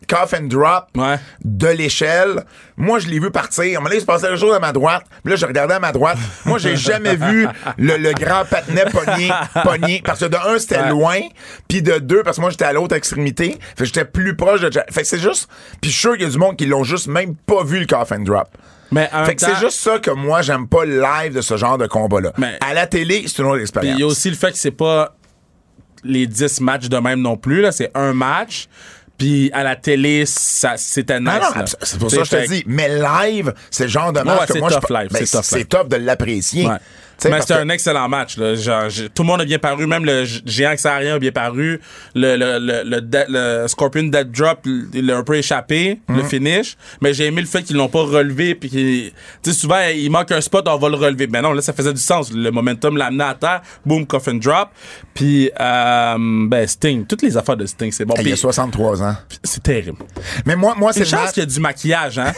cough and drop
Ouais.
de l'échelle. Moi, je l'ai vu partir. À un moment donné, il se passait quelque chose à ma droite. Puis là, je regardais à ma droite. Moi, j'ai jamais vu le, le grand patinet pogné, pogné. Parce que de un, c'était
Ouais.
loin. Puis de deux, parce que moi, j'étais à l'autre extrémité. Fait que j'étais plus proche de... Jack. Fait que c'est juste... Puis je suis sûr qu'il y a du monde qui l'ont juste même pas vu, le coffin drop.
Mais en
Fait
même
que c'est
temps-
juste ça que moi, j'aime pas le live de ce genre de combat-là.
Mais-
À la télé, c'est une autre
Puis
expérience.
il y a aussi le fait que c'est pas les 10 matchs de même non plus. là C'est un match. Puis à la télé, ça- c'était nice.
Ah non,
là.
abs- c'est pour
T'sais,
ça que je
fait
te dis. Mais live, c'est le genre de match
ouais,
que
c'est
moi, je
tough
pa-
live,
ben,
c'est tough
c'est
live.
top de l'apprécier.
Ouais.
Tu sais,
Mais
parce
c'était
que-
un excellent match. Là. Genre, j'ai- tout le monde a bien paru, même le g- géant que ça a rien a bien paru. Le, le, le, le, de- le Scorpion Dead Drop, il a un peu échappé,
Mhm.
le finish. Mais j'ai aimé le fait qu'ils l'ont pas relevé. Puis qu'ils- tu sais, souvent, il manque un spot, on va le relever. Mais non, là, ça faisait du sens. Le momentum l'a amené à terre. Boom, coffin drop. Puis, euh, ben, Sting. Toutes les affaires de Sting, c'est bon.
Ah, Il a
Puis,
63 ans.
c'est terrible.
Mais moi, moi c'est
Une
le
chance
match.
qu'il y a du maquillage, hein.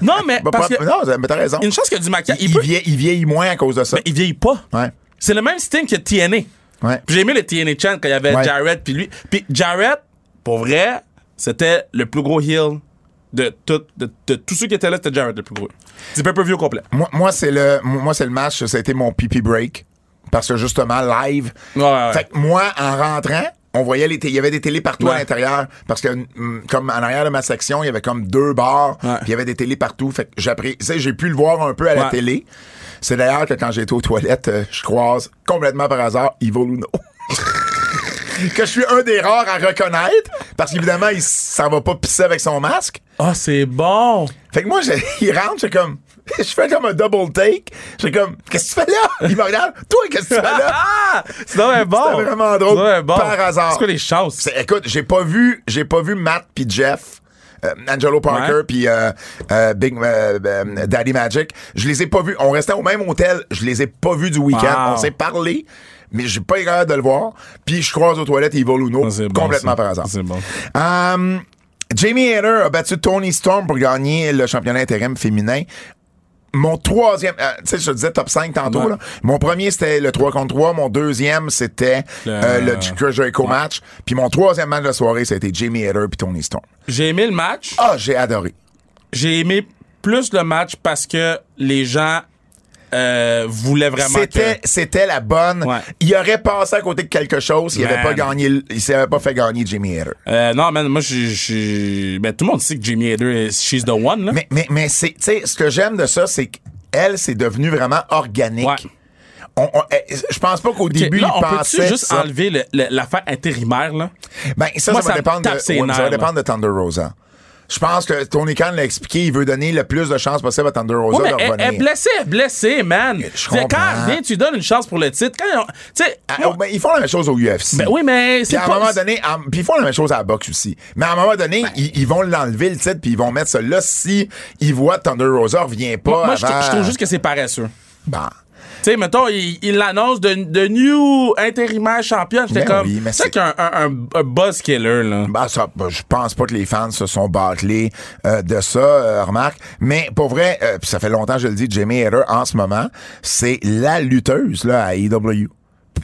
non, mais
Bah,
parce
pas-
que...
Non, mais t'as raison.
Une chance qu'il y a du maquillage.
Il,
peut-
vieillit, il vieillit moins à cause de ça.
ben, il vieillit pas.
Ouais.
C'est le même Sting que TNA.
Ouais.
Puis j'ai aimé le TNA Chan quand il y avait
Ouais.
Jarrett puis lui. Puis Jarrett, pour vrai, c'était le plus gros heel de, tout, de, de tous ceux qui étaient là, c'était Jarrett le plus gros. C'est pay-per-view au complet.
Moi, moi, c'est le, moi, c'est le match, ça a été mon pipi break. Parce que justement, live.
Ouais, ouais.
Fait que moi, en rentrant, on voyait les té- il y avait des télés partout à
Ouais.
l'intérieur. Parce que, hum, comme en arrière de ma section, il y avait comme deux bars.
Ouais.
Puis il y avait des télés partout. Fait que j'appré- tu sais, j'ai pu le voir un peu à la
Ouais.
télé. C'est d'ailleurs que quand j'étais aux toilettes, euh, je croise complètement par hasard Ivo Luno. que je suis un des rares à reconnaître. Parce qu'évidemment, il s'en va pas pisser avec son masque.
Ah, c'est bon!
Fait que moi, je- il rentre, j'ai comme. Je fais comme un double take. J'ai comme, qu'est-ce que tu fais là? Il me regarde, toi, qu'est-ce que tu fais là?
Ah! C'est dommage bon!
C'était vraiment drôle,
C'est dommage bon.
par hasard.
C'est quoi les chances?
C'est- écoute, j'ai pas vu, j'ai pas vu Matt puis Jeff. euh, Angelo Parker
Ouais.
puis euh, euh, Big euh, euh, Daddy Magic, je les ai pas vus. On restait au même hôtel, je les ai pas vus du week-end.
Wow.
On s'est parlé, mais j'ai pas eu l'air de le voir. Puis je croise aux toilettes Ivo Luno
Ah, c'est bon,
complètement
ça.
par hasard.
C'est bon.
Euh, Jamie Hader a battu Tony Storm pour gagner le championnat intérim féminin. Mon troisième, euh, tu sais, je te disais top 5 tantôt.
Ouais.
Là. Mon premier, c'était le 3 contre 3. Mon deuxième, c'était
Le-
euh, le Chris Jericho match. Puis mon troisième match de la soirée, c'était Jamie Hader puis Tony Storm.
J'ai aimé le match.
Ah, j'ai adoré.
J'ai aimé plus le match parce que les gens euh, voulaient vraiment
C'était,
que...
c'était la bonne.
Ouais.
Il aurait passé à côté de quelque chose. Il avait
Man.
pas gagné, le- il s'avait pas fait gagner Jamie Hader.
Euh, non, man, moi, je- je... Ben, tout le monde sait que Jamie Hader, is- she's the one, là.
Mais, mais, mais c'est, tu sais, ce que j'aime de ça, c'est qu'elle, c'est devenu vraiment organique.
Ouais.
On- on- eh, je pense pas qu'au
Ok,
début,
là,
il
on peut-tu
pensait.
juste
ça.
enlever le- le- l'affaire intérimaire, là?
Ben, ça,
Moi,
ça, va
ça me
dépendre
tape
de,
ses
ouais, ça va
nerfs,
dépendre de Thunder Rosa. Je pense que Tony Khan l'a expliqué, il veut donner le plus de chances possible à Thunder Rosa
Ouais, mais
de
elle,
revenir.
elle est blessée, elle est blessée, man.
Je
T'sais,
comprends.
Quand elle vient, tu donnes une chance pour le titre. Quand on- tu sais,
Ah,
moi-
ben, ils font la même chose au UFC.
ben oui, mais
Puis
c'est
à un
pas-
moment donné, à- puis ils font la même chose à la boxe aussi. Mais à un moment donné, ils, ils vont l'enlever le titre, puis ils vont mettre ça là si ils voient Thunder Rosa revient pas.
Moi, je,
avant- Bah.
je trouve juste que c'est paresseux.
Bon.
Tu sais, mettons, il il l'annonce de, de new intérimaire champion. J'étais
Ben
comme,
oui, mais
c'est
c'est-
qu'un un, un, un buzz killer, là.
Ben, ça, ben, je pense pas que les fans se sont bâclés euh, de ça, euh, remarque. Mais pour vrai, euh, puis ça fait longtemps que je le dis, Jamie Hader, en ce moment, c'est la lutteuse là, à AEW.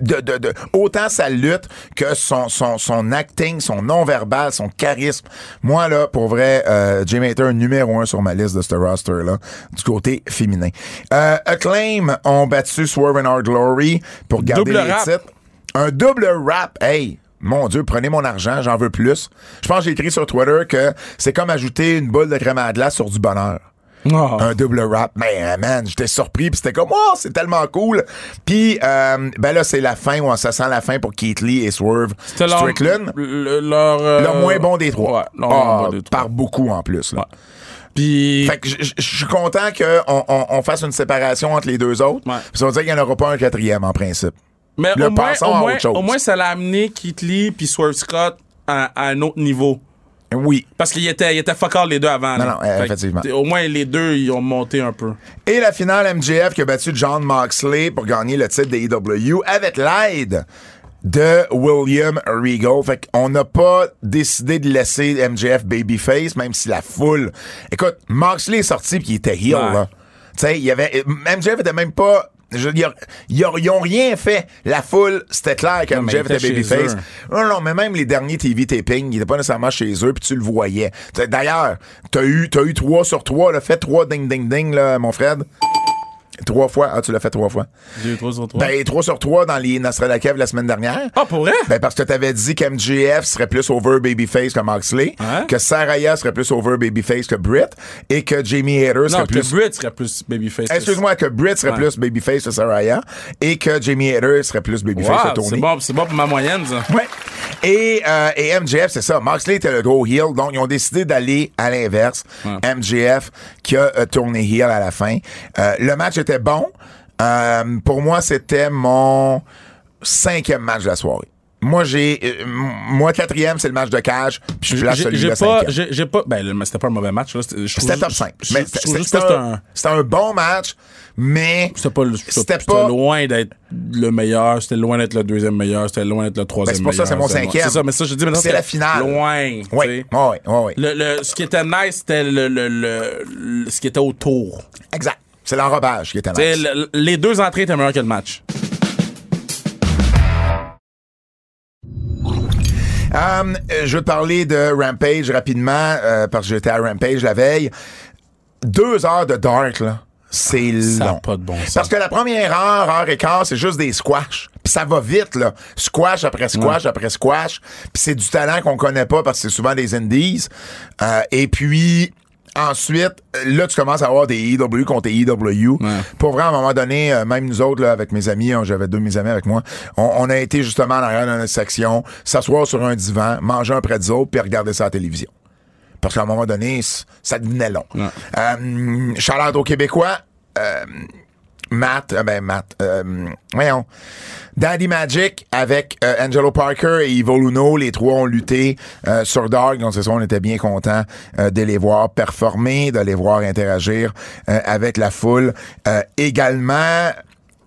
De, de, de, autant sa lutte que son, son, son acting, son non-verbal, son charisme. Moi, là, pour vrai, euh, Jamie Hader, numéro un sur ma liste de ce roster-là, du côté féminin. Euh, Acclaim ont battu Swerve and Our Glory pour garder
Double
les
rap.
titres. Un double rap. Hey, mon Dieu, prenez mon argent, j'en veux plus. Je pense que j'ai écrit sur Twitter que c'est comme ajouter une boule de crème à la glace sur du bonheur.
Oh.
Un double rap. Man, man, j'étais surpris. Puis c'était comme, oh, c'est tellement cool. Puis, euh, ben là, c'est la fin, où on se sent la fin pour Keith Lee et Swerve
C'était leur-
Strickland.
le- leur, euh,
Le moins bon des trois.
Ouais, le
Ah,
moins bon des trois.
Par beaucoup en plus. là.
Ouais. Puis,
Fait que je- je je suis content qu'on on, on fasse une séparation entre les deux autres.
Ouais.
Puis Ça veut dire qu'il n'y en aura pas un quatrième en principe.
Mais
Le
au, moins,
passons
au,
à
moins,
autre chose.
au moins, ça l'a amené Keith Lee puis Swerve Scott à, à un autre niveau.
Oui.
Parce qu'ils étaient, ils étaient fuck all les deux avant.
Non,
là.
non, euh,
que,
effectivement.
t- Au moins, les deux, ils ont monté un peu.
Et la finale MJF qui a battu John Moxley pour gagner le titre des EW avec l'aide de William Regal. Fait qu'on n'a pas décidé de laisser MJF babyface, même si la foule... Écoute, Moxley est sorti puis il était heel,
Ouais.
là. Tu sais, il y avait... MJF était même pas... je- ils ont- ils ont- ils ont rien fait. La foule, c'était clair que
Non,
MJF
mais il
était
était chez
babyface.
eux.
Non, non, mais même les derniers TV tapings, ils étaient pas nécessairement chez eux, puis tu le voyais. T'as- D'ailleurs, t'as eu, t'as eu 3 sur 3, là, fait 3 ding ding ding, là, mon Fred. Trois fois. Ah, tu l'as fait trois fois.
J'ai eu 3 sur 3.
Ben, 3 sur 3 dans les Nostradakev la semaine dernière.
ah, pour vrai?
Ben, parce que t'avais dit qu'MGF serait plus over Babyface que Moxley,
Hein?
que Saraya serait plus over Babyface que Britt, et que Jamie Hater serait
non, que
plus...
Britt serait plus babyface. que-
Excuse-moi, que Britt serait
Ouais.
plus Babyface que Saraya, et que Jamie Hater serait plus Babyface
Wow,
que Tony.
c'est bon, c'est bon pour ma moyenne, ça.
Ouais. Et, euh, et MJF, c'est ça. Moxley était le gros heel, donc ils ont décidé d'aller à l'inverse. MJF qui a euh, tourné heel à la fin. Euh, le match était bon. Euh, pour moi, c'était mon cinquième match de la soirée. Moi, j'ai. euh, m- moi, quatrième, c'est le match de cage. Puis je place
J'ai-
celui
J'ai
de
pas,
cinquième.
j'ai j'ai pas, ben, le- mais c'était pas un mauvais match, là. C'était je trouve
C'était
juste-
top 5.
je-
Mais
je
c'était-
trouve juste
c'était
que c'était
un,
un,
c'était un bon match, mais.
c'était pas, le-
C'était
c'était
pas-
pas loin d'être le meilleur, c'était loin d'être le deuxième meilleur, c'était loin d'être le troisième
Ben, c'est
meilleur.
pour ça, c'est mon
loin-
cinquième.
C'est ça, mais ça, je dis, mais non,
C'est
c'était
la finale.
Loin. tu
Oui, oui,
sais.
oui, oui.
Le, le, ce qui était nice, c'était le, le, le, le- ce qui était autour.
Exact. C'est l'enrobage qui était
Tu sais,
nice.
le- le- les deux entrées étaient meilleures que le match.
Um, euh, je veux te parler de Rampage rapidement, euh, parce que j'étais à Rampage la veille. Deux heures de Dark, là. C'est long.
Ça a pas de bon sens.
Parce que la première heure, heure et quart, c'est juste des squash. Puis ça va vite, là. Squash après squash après squash. Puis c'est du talent qu'on connaît pas parce que c'est souvent des indies. Euh, et puis, ensuite, là, tu commences à avoir des EW contre des EW. Pour vrai, à un moment donné, euh, même nous autres, là, avec mes amis, hein, j'avais deux de mes amis avec moi, on, on a été justement en arrière dans notre section, s'asseoir sur un divan, manger un pretzel, puis regarder ça à la télévision. Parce qu'à un moment donné, c- ça devenait long. Euh, shout-out aux Québécois. Euh, Matt, euh, ben Matt, euh, voyons. Daddy Magic avec euh, Angelo Parker et Ivo Luno, les trois ont lutté euh, sur Dark, donc c'est ça, on était bien contents euh, de les voir performer, de les voir interagir euh, avec la foule. Euh, également,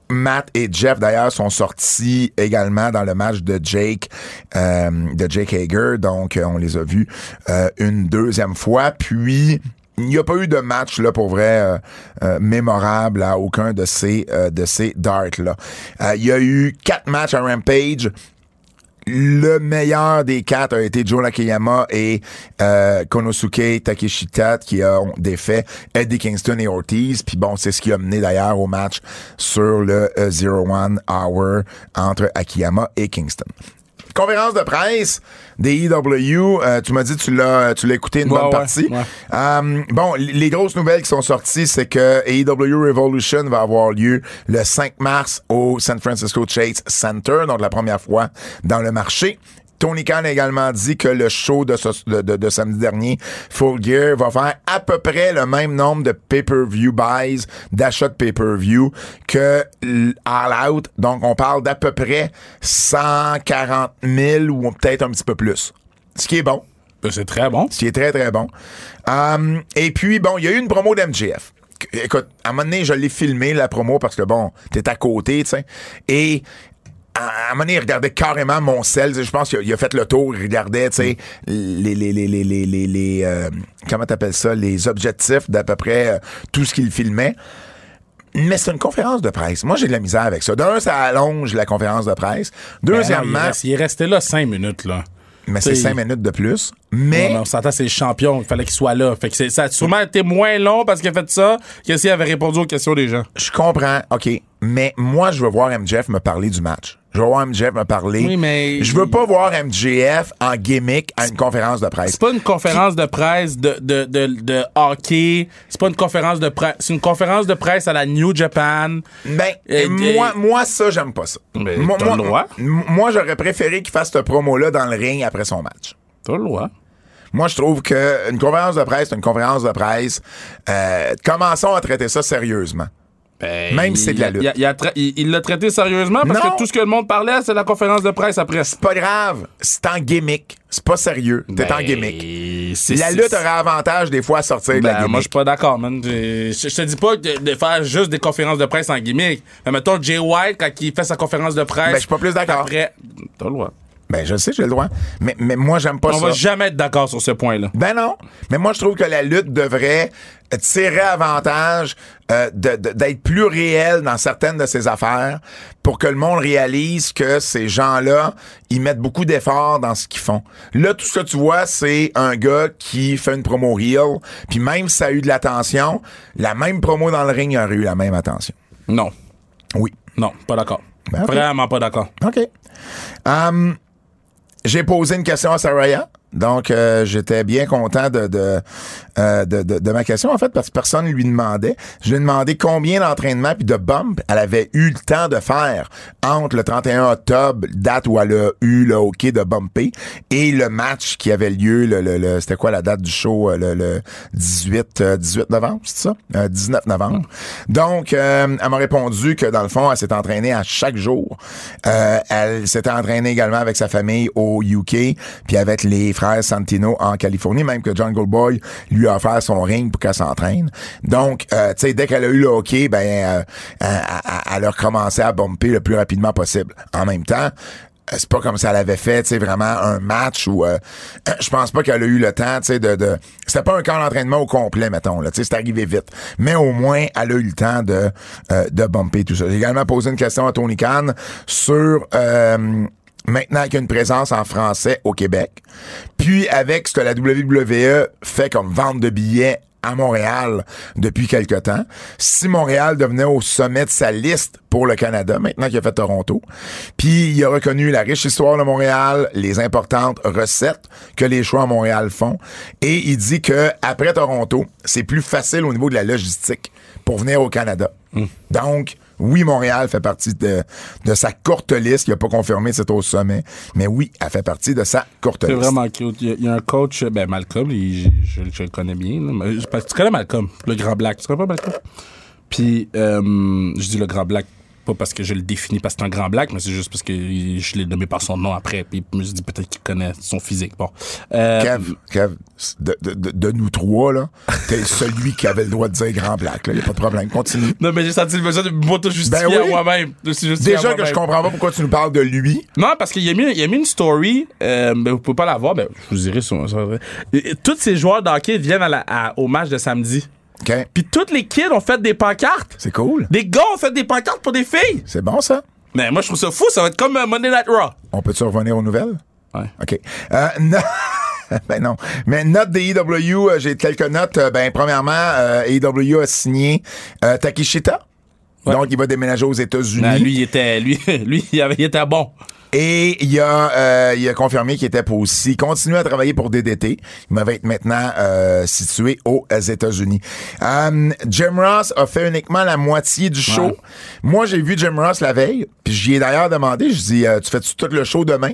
Matt et Jeff, d'ailleurs, sont sortis également dans le match de Jake, euh, de Jake Hager. Donc, euh, on les a vus euh, une deuxième fois. Puis, il n'y a pas eu de match, là, pour vrai, euh, euh, mémorable à aucun de ces, euh, de ces darts-là. Euh, il y a eu quatre matchs à Rampage. Le meilleur des quatre a été Joe Nakayama et euh, Konosuke Takeshita qui ont défait Eddie Kingston et Ortiz. Puis bon, c'est ce qui a mené d'ailleurs au match sur le euh, Zero One Hour entre Akiyama et Kingston. Conférence de presse des EW. euh, tu m'as dit tu l'as tu l'as écouté une
Ouais,
bonne
ouais,
partie.
ouais.
Euh, bon, l- les grosses nouvelles qui sont sorties, c'est que AEW Revolution va avoir lieu le 5 mars au San Francisco Chase Center, donc la première fois dans le marché. Tony Khan a également dit que le show de, ce- de- de- de samedi dernier, Full Gear, va faire à peu près le même nombre de pay-per-view buys, d'achats de pay-per-view que l- All Out. Donc, on parle d'à peu près 140 000 ou peut-être un petit peu plus. Ce qui est bon
Ben, C'est très bon.
ce qui est très, très bon. Hum, et puis, bon, il y a eu une promo d'MGF. Écoute, à un moment donné, je l'ai filmé, la promo, parce que, bon, t'es à côté, tu sais. Et à à un moment donné, il regardait carrément mon sel. Tu sais, Je pense qu'il a, il a fait le tour, il regardait, tu sais, les, les, les, les, les, les, les, euh, comment t'appelles ça, les objectifs d'à peu près euh, tout ce qu'il filmait. Mais c'est une conférence de presse. Moi, j'ai de la misère avec ça. D'un, ça allonge la conférence de presse.
Ben non, il,
Deuxièmement,
reste- il est resté là cinq minutes, là.
mais c'est
T'sais,
cinq minutes de plus. Mais,
Ouais, mais on s'entend, c'est le champion. Il fallait qu'il soit là. Fait que c'est- ça a sûrement été moins long parce qu'il a fait ça que s'il avait répondu aux questions des gens.
Je comprends, OK. Mais moi, je veux voir MJF me parler du match. Je veux voir MJF me parler.
Oui, mais-
Je veux pas voir MJF en gimmick à une conférence de presse.
C'est pas une conférence de presse de, de, de, de hockey. C'est pas une conférence de presse. C'est une conférence de presse à la New Japan.
Ben,
Euh,
moi,
euh,
moi, ça, j'aime pas ça.
Mais
moi,
Ben, t'as
moi-
le droit.
m- moi, j'aurais préféré qu'il fasse cette promo-là dans le ring après son match.
T'as le droit.
Moi, je trouve que une conférence de presse, c'est une conférence de presse. Euh, commençons à traiter ça sérieusement. Même si c'est de la
Il-
lutte.
il- il a tra- Il il l'a traité sérieusement parce
Non.
que tout ce que le monde parlait, c'est la conférence de presse après.
C'est pas grave. C'est en gimmick. C'est pas sérieux. T'es
Ben,
en gimmick.
gimmick.
La lutte aurait avantage des fois à sortir de la
Ben,
gimmick.
moi, je suis pas d'accord, man. Je je- je te dis pas de, de faire juste des conférences de presse en gimmick. Mais mettons, Jay White, quand il fait sa conférence de presse.
Ben, je suis pas plus d'accord.
Après, t'as le droit.
Ben, je le sais, j'ai le droit. Mais, mais moi, j'aime pas
On
ça.
va jamais être d'accord sur ce point-là.
Ben non. Mais moi, je trouve que la lutte devrait tirer avantage euh, de- de- d'être plus réel dans certaines de ses affaires pour que le monde réalise que ces gens-là, ils mettent beaucoup d'efforts dans ce qu'ils font. Là, tout ce que tu vois, c'est un gars qui fait une promo reel, puis même si ça a eu de l'attention, la même promo dans le ring aurait eu la même attention.
Non.
Oui.
Non, pas d'accord.
Ben, ok.
Vraiment pas d'accord.
OK. Hum, j'ai posé une question à Saraya. Donc, euh, j'étais bien content de, de, euh, de, de- de ma question, en fait, parce que personne ne lui demandait. Je lui ai demandé combien d'entraînements puis de bumps elle avait eu le temps de faire entre le 31 octobre, date où elle a eu le hockey de bumper, et le match qui avait lieu, le, le- le- c'était quoi la date du show, euh, le, le 18, euh, 18 novembre, c'est ça? Euh, 19 novembre. Donc, euh, elle m'a répondu que, dans le fond, elle s'est entraînée à chaque jour. Euh, elle s'était entraînée également avec sa famille au UK, puis avec les frères Santino en Californie, même que Jungle Boy lui a offert son ring pour qu'elle s'entraîne. Donc, euh, tu sais, dès qu'elle a eu le hockey, ben, euh, elle, elle- elle a recommencé à bumper le plus rapidement possible. En même temps, euh, c'est pas comme si elle avait fait, tu sais, vraiment un match ou euh, je pense pas qu'elle a eu le temps, tu sais, de, de- c'était pas un camp d'entraînement au complet, mettons, là, tu sais, c'est arrivé vite. Mais au moins, elle a eu le temps de, euh, de bumper tout ça. J'ai également posé une question à Tony Khan sur, euh, maintenant qu'il y a une présence en français au Québec, puis avec ce que la WWE fait comme vente de billets à Montréal depuis quelque temps. Si Montréal devenait au sommet de sa liste pour le Canada, maintenant qu'il a fait Toronto, puis il a reconnu la riche histoire de Montréal, les importantes recettes que les choix à Montréal font, et il dit que après Toronto, c'est plus facile au niveau de la logistique pour venir au Canada. Donc, oui, Montréal fait partie de, de sa courte liste. Il n'a pas confirmé que c'est au sommet, mais oui, elle fait partie de sa courte
C'est
liste.
vraiment cute. Il y a- il y, a un coach, ben Malcolm, il- je, je- je le connais bien. là, mais je- parce que tu connais Malcolm, le grand black. Tu connais pas Malcolm? Puis, euh, je dis le grand black, pas parce que je le définis parce que c'est un grand black, mais c'est juste parce que je l'ai nommé par son nom après. Puis, je me suis dit peut-être qu'il connaît son physique. Bon. Euh,
Kev, Kev, de, de- de- de nous trois, là, t'es celui qui avait le droit de dire grand black. Il n'y a pas de problème. Continue.
Non, mais j'ai senti le besoin de
Ben
m'auto-justifier
oui.
à moi-même. de se justifier à
Déjà que
moi-même.
je comprends pas pourquoi tu nous parles de lui.
Non, parce qu'il a mis, il a mis une story, euh, ben, vous pouvez pas la voir, ben, je vous dirai sur, sur- Et- et Tous ces joueurs d'hockey viennent à la- à- au match de samedi.
OK?
Puis toutes les kids ont fait des pancartes.
C'est cool.
Des gars ont fait des pancartes pour des filles.
C'est bon, ça?
Mais moi, je trouve ça fou. Ça va être comme euh, Monday Night Raw.
On peut-tu revenir aux nouvelles?
Ouais.
OK. Euh, no- ben non. Mais note des EW, euh, j'ai quelques notes. Euh, Ben, premièrement, euh, EW a signé euh, Takishita. Donc, il va déménager aux États-Unis.
Non, lui, il était, lui, lui, il, avait, il était bon.
Et il a, euh, il a confirmé qu'il était pour aussi continuer à travailler pour DDT. Il va être maintenant euh, situé aux États-Unis. Euh, Jim Ross a fait uniquement la moitié du show.
Ouais.
Moi, j'ai vu Jim Ross la veille, puis j'y ai d'ailleurs demandé, je dis, euh, tu fais-tu tout le show demain?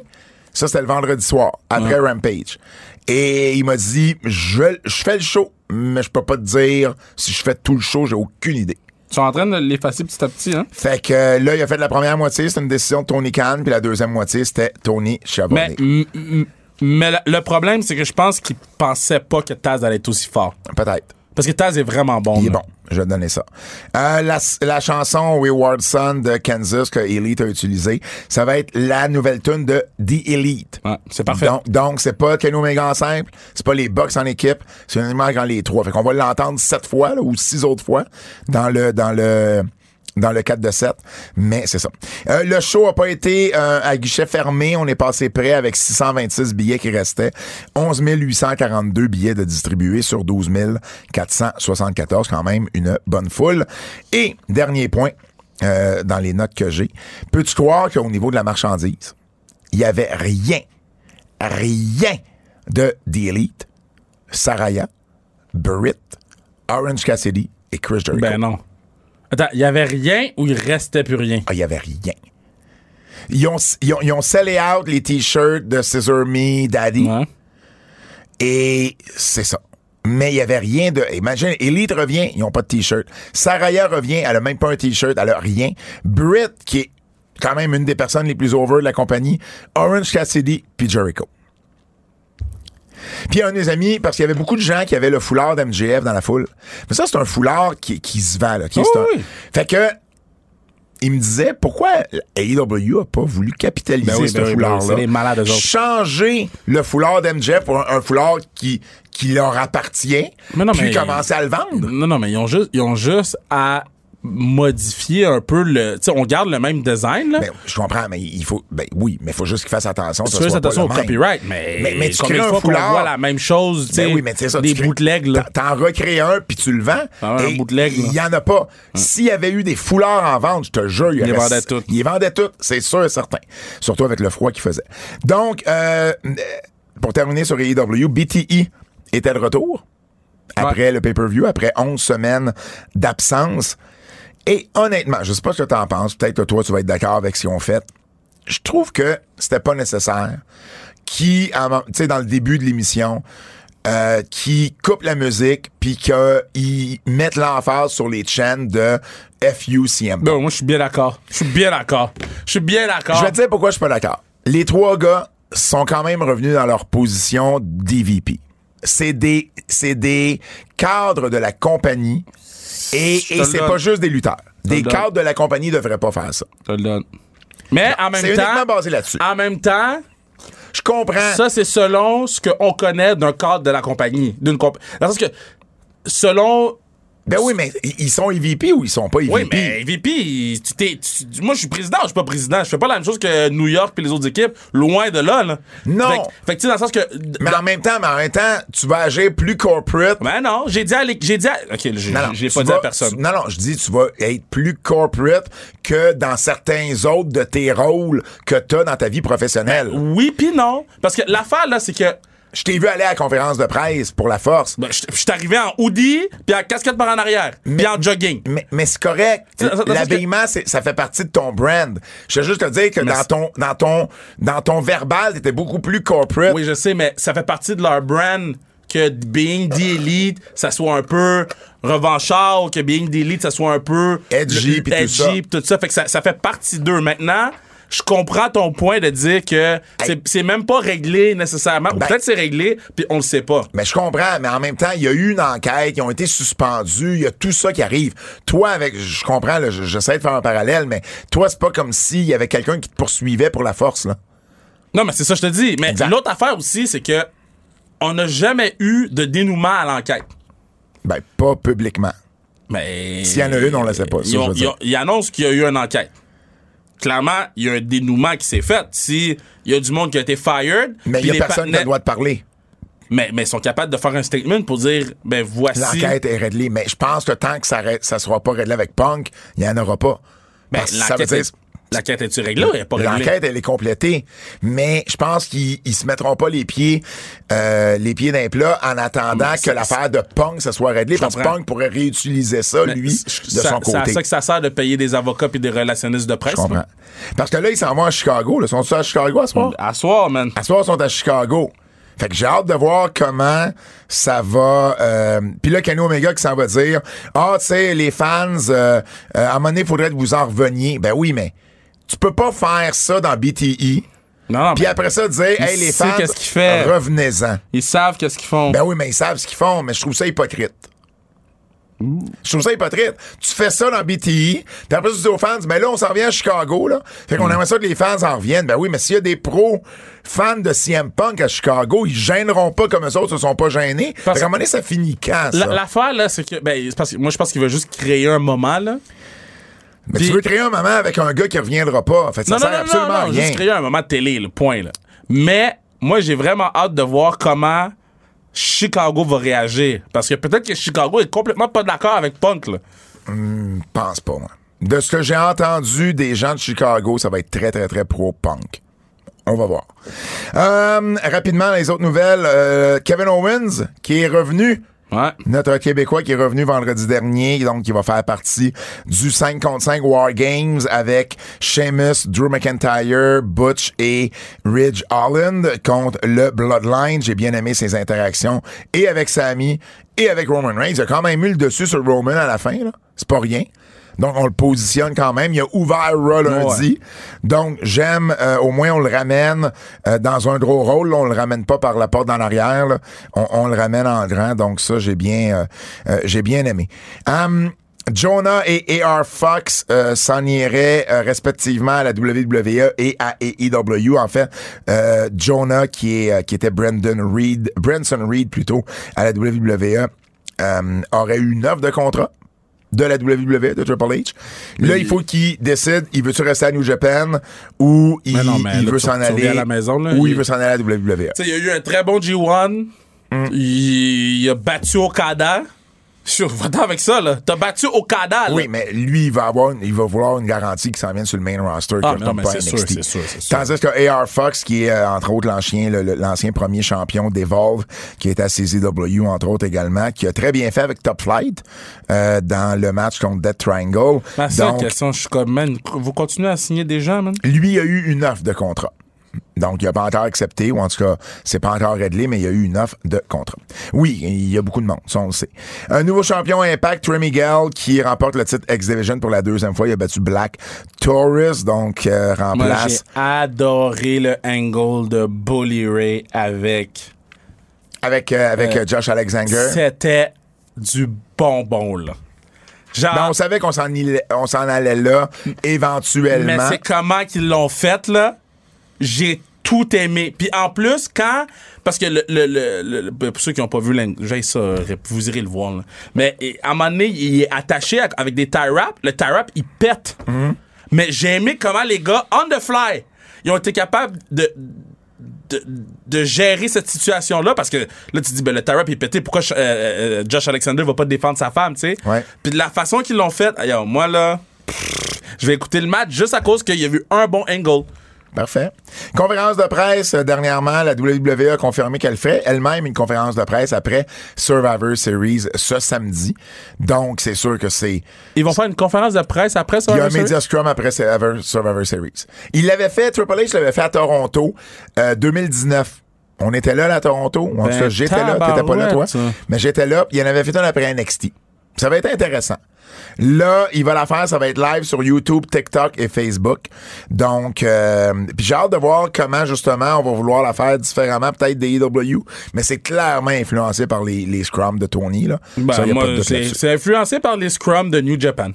Ça, c'était le vendredi soir, après Rampage. Et il m'a dit, je, je fais le show, mais je peux pas te dire si je fais tout le show, j'ai aucune idée.
Tu es en train de l'effacer petit à petit, hein?
Fait que euh, là, il a fait la première moitié, c'était une décision de Tony Khan, puis la deuxième moitié, c'était Tony
Mais,
Chabonnet.
m- m- mais la- le problème, c'est que je pense qu'il pensait pas que Taz allait être aussi fort.
Peut-être.
Parce que Taz est vraiment bon.
Il est
là.
bon. Je vais te donner ça. Euh, la, la chanson Wayward Son de Kansas que Elite a utilisée, ça va être la nouvelle tune de The Elite.
Ouais, c'est parfait.
Donc, donc, c'est pas Kenny Omega en simple, c'est pas les box en équipe, c'est uniquement quand les trois. Fait qu'on va l'entendre sept fois là, ou six autres fois dans le dans le dans le 4 de 7, mais c'est ça. Euh, le show a pas été euh, à guichet fermé. On est passé près avec 626 billets qui restaient. 11 842 billets de distribués sur 12 474, quand même une bonne foule. Et dernier point euh, dans les notes que j'ai, peux-tu croire qu'au niveau de la marchandise, il y avait rien rien de The Elite, Saraya, Burritt, Orange Cassidy et Chris Jericho.
Ben non. Attends, il y avait rien ou il restait plus rien?
Ah, il y avait rien. Ils ont, ils, ont, ils ont sellé out les t-shirts de Scissor Me, Daddy,
Ouais.
et c'est ça. Mais il y avait rien de. Imagine, Elite revient, ils n'ont pas de t-shirt. Saraya revient, elle a même pas un t-shirt, elle a rien. Britt, qui est quand même une des personnes les plus over de la compagnie, Orange Cassidy, puis Jericho. Puis un des amis, parce qu'il y avait beaucoup de gens qui avaient le foulard d'MGF dans la foule. Mais ça, c'est un foulard qui, qui se vend, là. qui est-
Oh
c'est un-
oui.
Fait que, il me disait, pourquoi AEW a pas voulu capitaliser
Ben oui,
ce
ben oui, ben oui,
foulard-là?
c'est des malades, eux autres.
Changer le foulard d'MJF pour un, un foulard qui, qui leur appartient,
Mais non,
puis
mais-
commencer à le vendre.
Non, non, mais ils ont juste, ils ont juste à modifier un peu le. Tu sais, on garde le même design, là.
Ben, je comprends, mais il faut. Ben oui, mais il faut juste qu'il fasse attention. que
tu
ce
fais
soit pas
attention au
le même.
copyright, mais,
Mais- mais tu crées
combien de
un
fois qu'on
foulard.
voit la même chose, tu sais,
Ben oui, mais tu sais ça,
des
tu crées-
bootlegs, là.
t'en- T'en recrées un, puis tu le vends.
Ah ouais, un
et
bootleg, là.
Il y en a pas. S'il y avait eu des foulards en vente, je te jure, il y
Ils les
aurait-
vendaient toutes.
Ils les vendaient toutes, c'est sûr et certain. Surtout avec le froid qu'il faisait. Donc, euh, euh, pour terminer sur E AEW, BTE était de retour après le pay-per-view, après 11 semaines d'absence. Et honnêtement, je sais pas ce que t'en penses, peut-être que toi, tu vas être d'accord avec ce qu'ils ont fait. Je trouve que c'était pas nécessaire qui, à un moment- tu sais, dans le début de l'émission, euh, qui coupe la musique puis qu'ils mettent l'emphase sur les chaînes de FUCM.
Non, Ben, moi, je suis bien d'accord. Je suis bien d'accord. Je suis bien d'accord.
Je vais te dire pourquoi je suis pas d'accord. Les trois gars sont quand même revenus dans leur position d'EVP. C'est des, c'est des cadres de la compagnie et,
Je te
et
le
c'est
donne.
pas juste des lutteurs.
le
Des
donne.
cadres de la compagnie devraient pas faire ça.
Je te le donne. Mais en
C'est
même
uniquement
temps,
basé là-dessus.
en même temps,
Je comprends.
ça, c'est selon ce qu'on connaît d'un cadre de la compagnie. D'une compa- Dans le sens que, selon
ben oui, mais i- ils sont EVP ou ils sont pas E EVP?
Oui, mais VP, tu t'es, tu- moi je suis président, je suis pas président. Je fais pas la même chose que New York et les autres équipes, loin de là. là.
Non.
Fait, que- fait que tu sais, dans le sens que.
Mais en même temps, mais en même temps, tu vas agir plus corporate.
Ben non, j'ai dit à l'équ- J'ai dit à. Ok, là, j'ai, j'ai
tu
pas dit
vas-
à personne.
tu- non, non, je dis, tu vas être plus corporate que dans certains autres de tes rôles que t'as dans ta vie professionnelle.
Oui puis non. Parce que l'affaire là, c'est que.
je t'ai vu aller à la conférence de presse pour la force.
ben, je je suis arrivé en hoodie, puis en casquette par en arrière, puis en jogging.
Mais, mais c'est correct.
Tu sais, dans- dans-
L'habillement, c'est- ça fait partie de ton brand. Je veux juste te dire que dans
c'est-
ton, dans ton, dans ton verbal, t'étais beaucoup plus corporate.
Oui, je sais, mais ça fait partie de leur brand que Being the Elite, ça soit un peu revanchard, ou que Being the Elite, ça soit un peu
Edgy,
le-
puis tout
edgy,
ça.
puis tout ça. Fait que ça, ça fait partie d'eux. Maintenant, je comprends ton point de dire que c'est- c'est même pas réglé nécessairement. Ou
Ben-
peut-être c'est réglé, puis on le sait pas.
Mais je comprends, mais en même temps, il y a eu une enquête, ils ont été suspendus, il y a tout ça qui arrive. Toi, avec, je comprends, là, je- j'essaie de faire un parallèle, mais toi, c'est pas comme s'il y avait quelqu'un qui te poursuivait pour la force, là.
Non, mais c'est ça, je te dis. Mais
Exact.
l'autre affaire aussi, c'est que on n'a jamais eu de dénouement à l'enquête.
Ben, pas publiquement.
Mais.
S'il y en a une, on la sait pas, ça,
Ils, ont-
je veux
ils
dire.
ont- ils annoncent qu'il y a eu une enquête. Clairement, il y a un dénouement qui s'est fait. Si il y a du monde qui a été fired,
Mais il
puis
y a personne
les
qui a
partenaires-
le droit de parler.
mais, mais ils sont capables de faire un statement pour dire ben voici
L'enquête est réglée, mais je pense que tant que ça, ne sera pas réglé avec Punk, il n'y en aura pas.
Ben,
Parce que ça veut
l'enquête.
dire-
est- L'enquête est-tu réglée ou elle est pas réglée?
L'enquête, elle est complétée. Mais je pense qu'ils ils se mettront pas les pieds, euh, les pieds d'un plat en attendant
Mais
que
ça-
l'affaire de Punk se soit réglée. Parce que
comprends.
Punk pourrait réutiliser ça,
Mais
lui,
Ben, c'est-
de
ça-
son
C'est à
côté.
ça que ça sert de payer des avocats et des relationnistes de presse.
Je comprends. Parce que là, ils s'en vont à Chicago. Ils sont à Chicago à ce soir?
À soir, man.
À ce soir, ils sont à Chicago. Fait que j'ai hâte de voir comment ça va. euh, Puis là, Kenny Omega qui s'en va dire Ah, tu sais, les fans, euh, euh, à un moment donné, il faudrait que vous en reveniez. Ben oui, mais tu peux pas faire ça dans E. BTI.
Non, non,
Puis
ben,
après ça, dire, hey, les
sait
fans,
qu'est-ce qu'il fait.
revenez-en.
ils savent qu'est-ce qu'ils font.
Ben oui, mais ils savent ce qu'ils font, mais je trouve ça hypocrite. Je trouve ça hypocrite. Tu fais ça dans BTI, puis après, tu dis aux fans, mais là, on s'en revient à Chicago, là. Fait
Mm.
qu'on aimerait ça que les fans en reviennent. Ben oui, mais s'il y a des pros fans de CM Punk à Chicago, ils gêneront pas comme eux autres, se sont pas gênés.
Parce-
Fait qu'à un moment donné, ça finit quand, ça?
La- L'affaire, là, c'est que. Ben, c'est parce que moi, je pense qu'il veut juste créer un moment, là.
mais
puis-
tu veux créer un moment avec un gars qui reviendra pas. Fait que ça sert absolument à rien.
Juste créer un moment de télé, le point. Là. Mais moi, j'ai vraiment hâte de voir comment Chicago va réagir. Parce que peut-être que Chicago est complètement pas d'accord avec Punk. Là.
pense pas, moi. De ce que j'ai entendu des gens de Chicago, ça va être très, très, très pro-punk. On va voir. Euh, rapidement, les autres nouvelles. euh, Kevin Owens, qui est revenu.
Ouais.
Notre Québécois qui est revenu vendredi dernier, donc qui va faire partie du 5 contre 5 War Games avec Sheamus, Drew McIntyre, Butch et Ridge Holland contre le Bloodline. J'ai bien aimé ses interactions et avec Sami et avec Roman Reigns. Il a quand même eu le dessus sur Roman à la fin, là. C'est pas rien. Donc, on le positionne quand même. Il a ouvert Raw lundi. Donc, j'aime, euh, au moins, on le ramène euh, dans un gros rôle. Là, on le ramène pas par la porte en arrière. là. On, on le ramène en grand. Donc, ça, j'ai bien, euh, euh, j'ai bien aimé. Hum, Jonah et AR Fox euh, s'en iraient euh, respectivement à la WWE et à AEW. En fait, euh, Jonah qui, est, euh, qui était Brandon Reed, E, Branson Reed plutôt, à la WWE, euh, aurait eu une offre de contrat de la WWE, de Triple H. Là,
Mais-
il faut qu'il décide, il veut-tu rester à New Japan ou il,
Mais non, mais
il
là,
veut
tu-
s'en
tu
aller
reviens à la maison, là,
ou il,
il-
veut s'en aller à la E. WWE.
Tu sais, il y a eu un très bon G1.
Mm.
Il, il a battu Okada. Je va avec ça, là. T'as battu Okada, là.
Oui, mais lui, il va, avoir une- il va vouloir une garantie qu'il s'en vienne sur le main roster.
Ah,
qu'il
mais non,
retombe
mais
pas à
c'est sûr,
NXT.
c'est sûr, c'est sûr.
Tandis que AR Fox, qui est, euh, entre autres, l'ancien, le- le- l'ancien premier champion d'Evolve, qui est à CZW, entre autres, également, qui a très bien fait avec Top Flight euh, dans le match contre Death Triangle.
Ma seule
Donc,
question, je suis comme, man, vous continuez à signer des gens, man?
lui a eu une offre de contrat. Donc, il n'a pas encore accepté, ou en tout cas, c'est pas encore réglé, mais il a eu une offre de contrat. Oui, il y a beaucoup de monde, ça on le sait. Un nouveau champion Impact, Trey Miguel, qui remporte le titre X-Division pour la deuxième fois. Il a battu Black Taurus, donc euh,
Moi,
remplace.
j'ai adoré le angle de Bully Ray avec.
avec euh, avec
Euh,
euh, Josh Alexander.
C'était du bonbon, là. Genre.
Ben, on savait qu'on s'en il- on s'en allait là,
Mais
éventuellement.
c'est comment qu'ils l'ont fait, là. J'ai tout aimé. Puis en plus, quand. Parce que le. le- le- le- le- pour ceux qui n'ont pas vu l'ing- j'ai ça, vous irez le voir, là. Mais et, à un moment donné, il est attaché à- avec des tie wraps. Le tie wrap, il pète. Mais j'ai aimé comment les gars, on the fly, ils ont été capables de. De, de gérer cette situation-là parce que là tu te dis ben le tie wrap il est pété pourquoi euh, euh, Josh Alexander va pas défendre sa femme tu sais
Ouais.
puis de la façon qu'ils l'ont fait yo, moi là je vais écouter le match juste à cause qu'il y a eu un bon angle.
Parfait. Conférence de presse euh, dernièrement, la WWE a confirmé qu'elle fait elle-même une conférence de presse après Survivor Series ce samedi. Donc, c'est sûr que c'est.
Ils vont faire une conférence de presse après ça.
Il y a un
Russell?
Media Scrum après Survivor, Survivor Series. Il l'avait fait, Triple H l'avait fait à Toronto, euh, 2019. On était là, là, à Toronto. En tout cas, j'étais là. T'étais pas là, toi.
Ben, tabarouette.
Mais j'étais là. puis Il y en avait fait un après NXT. Ça va être intéressant. Là, il va la faire. Ça va être live sur YouTube, TikTok et Facebook. Donc, euh, puis j'ai hâte de voir comment, justement, on va vouloir la faire différemment. Peut-être des EW. Mais c'est clairement influencé par les, les scrums de Tony, là.
Ben,
Ça, y a
moi,
pas de doute
c'est
là-dessus.
c'est influencé par les scrums de New Japan.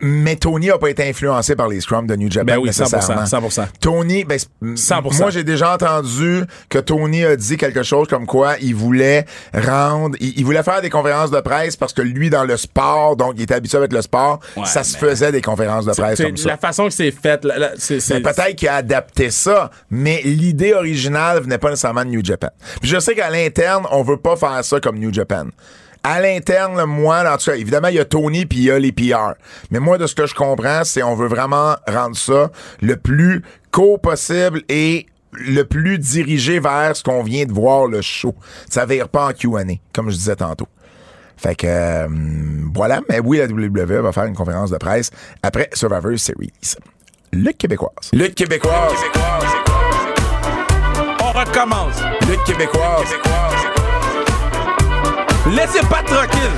Mais Tony n'a pas été influencé par les scrums de New Japan.
Ben oui, 100%,
nécessairement.
100%.
Tony, ben, c'est-
100%.
moi j'ai déjà entendu que Tony a dit quelque chose comme quoi il voulait rendre, il, il voulait faire des conférences de presse parce que lui dans le sport, donc il était habitué avec le sport,
Ouais,
ça se
mais-
faisait des conférences de presse
C'est
comme ça.
la façon que c'est fait. la- la- c'est- c'est-
Mais peut-être qu'il a adapté ça, mais l'idée originale venait pas nécessairement de New Japan. Puis je sais qu'à l'interne, on veut pas faire ça comme New Japan. À l'interne, là, moi, en tout cas, évidemment, il y a Tony puis il y a les PR. Mais moi, de ce que je comprends, c'est on veut vraiment rendre ça le plus co possible et le plus dirigé vers ce qu'on vient de voir le show. Ça vire pas en Q&A, comme je disais tantôt. Fait que euh, voilà, mais oui, la WWE va faire une conférence de presse après Survivor Series. Lutte québécoise. Lutte québécoise.
On recommence.
Lutte québécoise.
Laissez pas tranquille.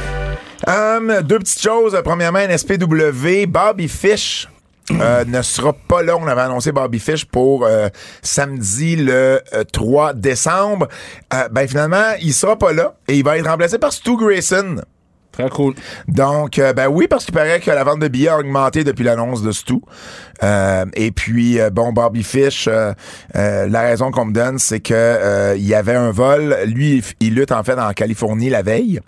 Hum, deux petites choses. Premièrement, NSPW, Bobby Fish. euh, ne sera pas là. On avait annoncé Bobby Fish pour euh, samedi le euh, 3 décembre. Euh, ben finalement, il sera pas là et il va être remplacé par Stu Grayson.
Très cool.
Donc, euh, ben oui, parce qu'il paraît que la vente de billets a augmenté depuis l'annonce de Stu. Euh, et puis, euh, bon, Bobby Fish, euh, euh, la raison qu'on me donne, c'est que euh, il y avait un vol. Lui, il f- il lutte en fait en Californie la veille.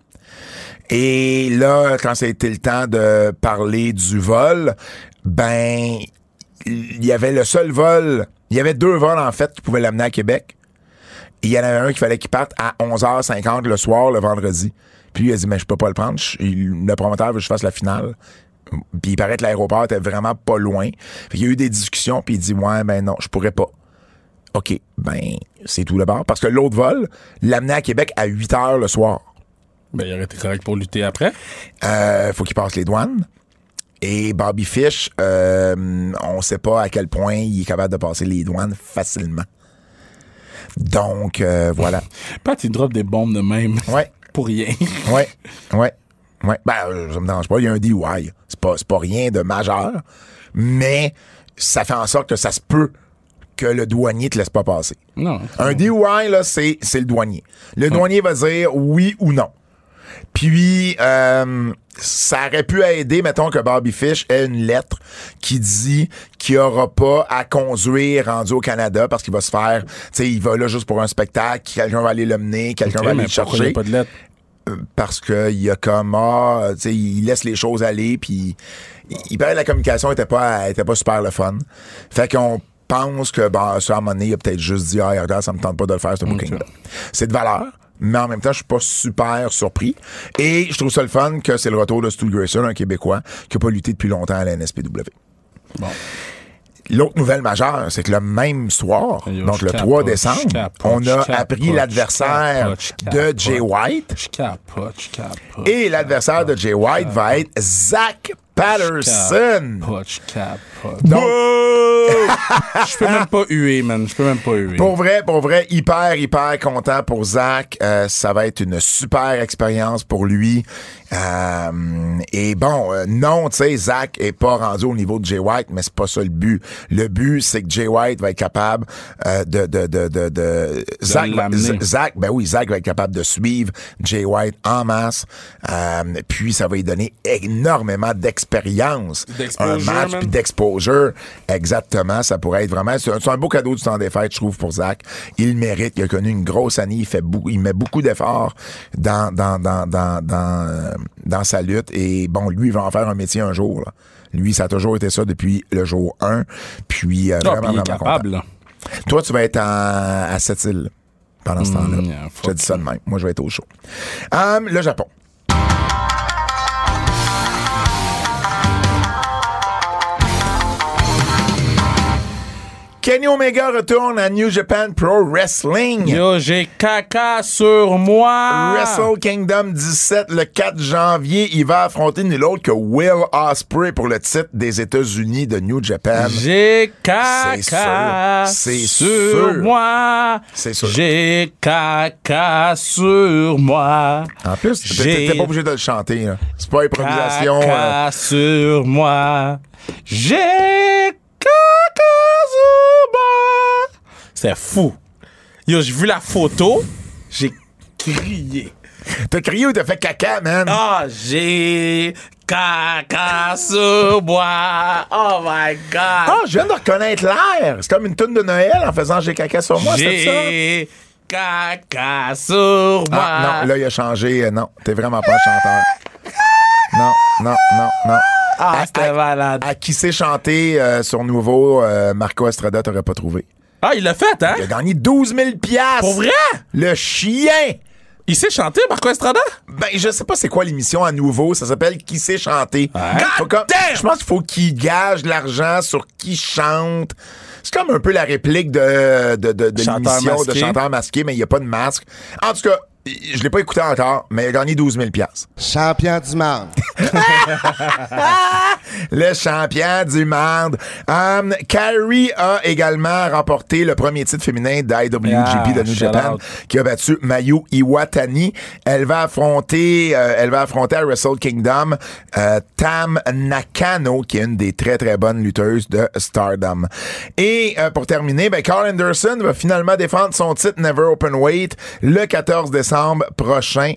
Et là, quand ça a été le temps de parler du vol, ben, il y avait le seul vol. Il y avait deux vols, en fait, qui pouvaient l'amener à Québec. Et il y en avait un qui fallait qu'il parte à 11h50 le soir, le vendredi. Puis il a dit, mais je peux pas le prendre. Je- il- le promoteur veut que je fasse la finale. Puis il paraît que l'aéroport était vraiment pas loin. Fait il y a eu des discussions, puis il dit, ouais, ben non, je pourrais pas. OK, ben, c'est tout le bord. Parce que l'autre vol l'amenait à Québec à 8h le soir.
Ben, il aurait été correct pour lutter après.
Euh, faut qu'il passe les douanes. Et Bobby Fish, euh, on sait pas à quel point il est capable de passer les douanes facilement. Donc, euh, voilà.
Pat, il drop des bombes de même.
Ouais,
Pour rien.
ouais, ouais, ouais. Ben, euh, ça me dérange pas. Il y a un DUI. C'est pas, c'est pas rien de majeur. Mais ça fait en sorte que ça se peut que le douanier te laisse pas passer.
non.
Un DUI, là, c'est, c'est le douanier. Le douanier va dire oui ou non. Puis, euh, ça aurait pu aider, mettons, que Bobby Fish ait une lettre qui dit qu'il aura pas à conduire rendu au Canada parce qu'il va se faire, tu sais, il va là juste pour un spectacle, quelqu'un va aller l'emmener, quelqu'un
Ok,
va aller le
mais pourquoi il y a
chercher.
pas de lettre?
euh, parce que il y a comme ah, euh, tu sais, il laisse les choses aller puis il, il paraît que la communication était pas était pas super le fun. Fait qu'on pense que ben ça à un moment donné, il a peut-être juste dit ah regarde ça me tente pas de le faire ce booking. C'est de valeur. Mais en même temps, je suis pas super surpris. Et je trouve ça le fun que c'est le retour de Stu Grayson, un Québécois, qui a pas lutté depuis longtemps à la NSPW.
Bon.
L'autre nouvelle majeure, c'est que le même soir,
Yo,
donc
je
le
capote,
3
je
décembre,
capote,
on
je
a
capote,
appris
je
l'adversaire
capote, je
de
capote.
Jay White.
Je capote, je capote.
Et l'adversaire de Jay White va être Zach Patterson.
Capote, je capote.
Donc,
Je peux même pas huer, man. Je peux même pas huer.
pour vrai, pour vrai, hyper, hyper content pour Zach. Euh, ça va être une super expérience pour lui. Euh, et bon, euh, non, tu sais, Zach est pas rendu au niveau de Jay White, mais c'est pas ça le but. Le but, c'est que Jay White va être capable euh, de, de, de, de, de, Zach, va-
l'amener.
Z- Zach, ben oui, Zach va être capable de suivre Jay White en masse. Euh, puis ça va lui donner énormément d'expérience. Un
D'exposure,
match,
man.
puis d'exposure. Exactement, ça pourrait être vraiment. C'est un, c'est un beau cadeau du temps des fêtes, je trouve, pour Zach. Il le mérite. Il a connu une grosse année. Il, fait beaucoup, il met beaucoup d'efforts dans, dans, dans, dans, dans, euh, dans sa lutte. Et bon, lui, il va en faire un métier un jour. là. Lui, ça a toujours été ça depuis le jour 1. Puis, euh,
Ah,
vraiment,
puis il est
vraiment
capable, là.
content. Toi, tu vas être en- à cette île pendant ce temps-là.
Mm, yeah,
je te
fuck
dis ça de même. Moi, je vais être au chaud. Euh, le Japon. Kenny Omega retourne à New Japan Pro Wrestling.
Yo, j'ai caca sur moi.
Wrestle Kingdom 17 le 4 janvier, il va affronter nul autre que Will Ospreay pour le titre des États-Unis de New Japan.
J'ai
sûr.
caca
C'est
sur
sûr.
moi.
C'est sûr.
J'ai caca sur moi.
En plus, t'étais-
J'ai-
t'étais pas obligé de le chanter. là. C'est pas improvisation. euh,
Caca sur moi. J'ai caca sur moi. C'est fou. Yo, j'ai vu la photo, j'ai crié.
T'as crié ou t'as fait caca, man?
Ah, j'ai caca sur moi. Oh my
Ah,
god.
je viens de reconnaître l'air. C'est comme une toune de Noël en faisant j'ai caca sur moi, c'est ça?
j'ai caca sur moi.
Ah, non, là, il a changé. Euh, Non, t'es vraiment pas un chanteur. Non, non, non, non.
Ah,
À-
c'était
à-
malade.
À qui c'est chanté euh, sur Nouveau, euh, Marco Estrada t'aurais pas trouvé.
Ah, il l'a fait, hein?
Il a gagné 12 000 piastres.
Pour vrai?
Le chien!
Il sait chanter, Marco Estrada?
Ben, je sais pas c'est quoi l'émission à nouveau. Ça s'appelle Qui sait chanter. Faut comme- Je pense qu'il faut qu'il gage l'argent sur qui chante. C'est comme un peu la réplique de, de, de, de
Chanteur
l'émission de
masqué.
chanteur masqué, mais il n'y a pas de masque. En tout cas, je l'ai pas écouté encore, mais il a gagné 12 000
Champion du monde.
Le champion du monde. Hum, Carrie a également remporté le premier titre féminin d'IWGP de
Ah,
New
shout
Japan,
out.
qui a battu Mayu Iwatani. Elle va affronter, euh, elle va affronter à Wrestle Kingdom euh, Tam Nakano, qui est une des très très bonnes lutteuses de Stardom. Et euh, pour terminer, ben, Carl Anderson va finalement défendre son titre Never Open Weight le 14 décembre prochain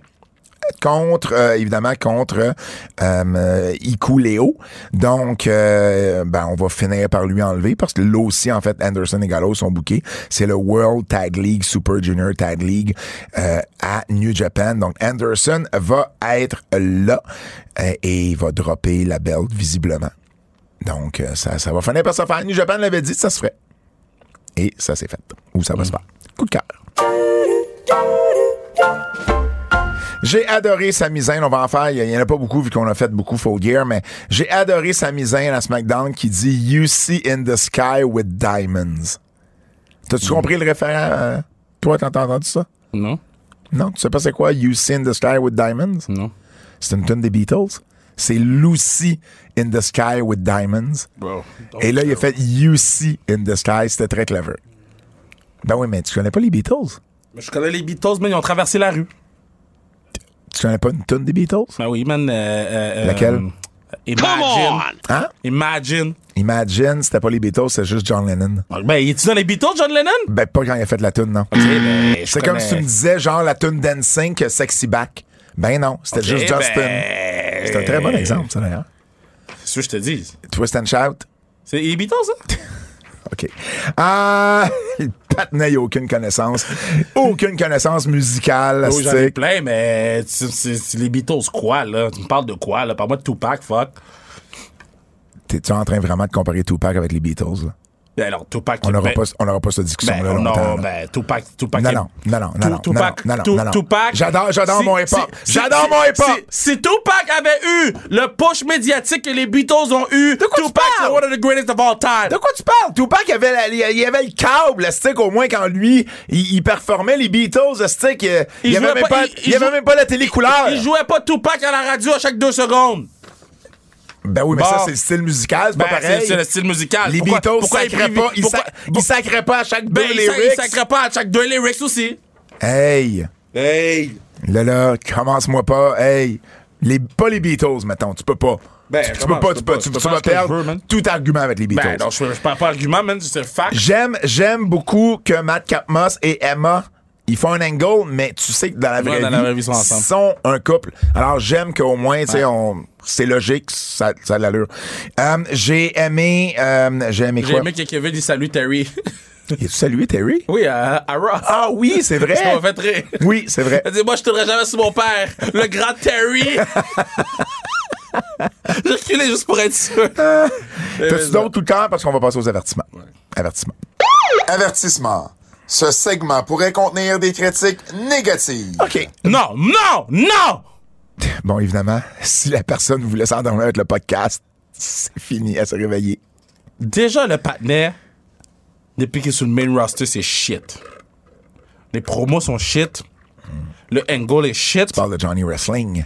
contre euh, évidemment contre euh, euh, Iku Leo. Donc euh, ben on va finir par lui enlever parce que là aussi en fait Anderson et Gallo sont bookés. C'est le World Tag League Super Junior Tag League euh, à New Japan. Donc Anderson va être là euh, et il va dropper la belt visiblement. Donc euh, ça ça va finir par se faire. New Japan l'avait dit ça se ferait. Et ça s'est fait. Ou ça va se faire. Coup de cœur. J'ai adoré sa misaine. On va en faire. Il y en a pas beaucoup vu qu'on a fait beaucoup Full Gear, mais j'ai adoré sa misaine à SmackDown qui dit You see in the sky with diamonds. T'as-tu
Mm.
compris le référent? euh, Toi, quand t'as entendu ça?
Non,
Non? Tu sais pas c'est quoi You see in the sky with diamonds?
non.
C'est une tune des Beatles. C'est Lucy in the sky with diamonds.
Bro.
Et là, il a fait You see in the sky. C'était très clever. Ben oui, mais tu connais pas les Beatles?
Mais je connais les Beatles, mais ils ont traversé la rue.
Tu connais pas une tune des Beatles?
Ben oui, man. euh, euh, euh,
Laquelle?
Imagine.
Hein?
Imagine.
Imagine, c'était pas les Beatles, c'est juste John Lennon.
Ben, il est-tu dans les Beatles, John Lennon? ben,
Ben, pas quand il a fait la tune, non. C'est comme si tu me disais, genre, la tune Dancing que Sexy Back. Ben non, c'était juste
Eh
Justin. C'est un très bon exemple, ça, d'ailleurs.
euh, C'est ce que je te dis.
Twist and Shout.
hein? C'est les Beatles, ça?
OK. Ah, Patnay a aucune connaissance. aucune connaissance musicale.
Oh, j'en ai
astique.
plein, mais c'est- c'est- c'est les Beatles, quoi, là? Tu me parles de quoi, là? Parle-moi de Tupac, fuck.
T'es-tu en train vraiment de comparer Tupac avec les Beatles? là?
Ben alors, Tupac...
On n'aura
ben-
pas, on n'aura pas cette discussion-là
Ben, non,
longtemps. là.
ben, Tupac, Tupac...
Non,
est-
non, non, non,
Tu-
non, non,
Tupac,
non, non,
Tu-
non, non.
Tupac.
J'adore- j'adore
Si-
mon hip-hop.
si-
J'adore
si-
mon hip-hop.
Si, si Tupac avait eu le push médiatique que les Beatles ont eu,
quoi tu
Tupac
parles?
serait one of the greatest of all time.
De quoi tu parles? Tupac, il avait, la- il il avait le câble, le stick, au moins, quand lui, il, il performait les Beatles, le stick. Il,
Il
il,
jouait
avait, même
pas-
pas,
il-
il
il
avait
jou-
même pas la télé couleur.
Il jouait pas Tupac à la radio à chaque deux secondes.
Ben oui, mais
Bon.
ça, c'est le style musical, c'est
Ben,
pas
c'est
pareil.
c'est le style musical.
Les
Pourquoi-
Beatles
pourquoi ils
sacraient
privent-
pas, ils,
pourquoi-
sac- ils sacraient pas à chaque
Ben,
deux
ils sa- ils
lyrics.
sacraient pas à chaque deux lyrics aussi.
Hey!
Hey!
Là, là, commence-moi pas. Hey! Les, pas les Beatles, mettons. Tu peux pas.
Ben,
tu, tu peux
commence,
pas,
tu
tu,
peux
peux,
pas.
tu,
Tu
tu
penses
vas
que je veux,
perdre
man?
tout argument avec les Beatles.
Ben, non, je ne parle pas argument, man, c'est un fact.
J'aime, j'aime beaucoup que Matt Capmos et Emma, ils font un angle, mais tu sais que dans la vraie,
Ouais, dans
vie,
la vraie vie, ils sont ensemble.
un couple. Alors, j'aime qu'au moins, tu sais, on, c'est logique, ça, ça a de l'allure. Euh, j'ai aimé, euh, j'ai aimé
J'ai
quoi?
aimé que Kevin il salue Terry.
Et tu salué Terry?
oui, à, à Ross.
Ah oui, c'est vrai.
Ça m'a fait rire.
Oui, c'est vrai.
Elle dit Moi, je tournerai jamais sur mon père, le grand Terry. J'ai reculé juste pour être sûr.
T'as-tu d'autres tout le temps? Parce qu'on va passer aux avertissements. Avertissements.
Avertissement. Ce segment pourrait contenir des critiques négatives.
OK.
Non, non, non
Bon, évidemment, si la personne voulait s'endormir avec le podcast, c'est fini à se réveiller.
Déjà, le partenaire, depuis qu'il est sur le main roster, c'est shit. Les promos sont shit. Le angle est shit.
Parle de Johnny Wrestling.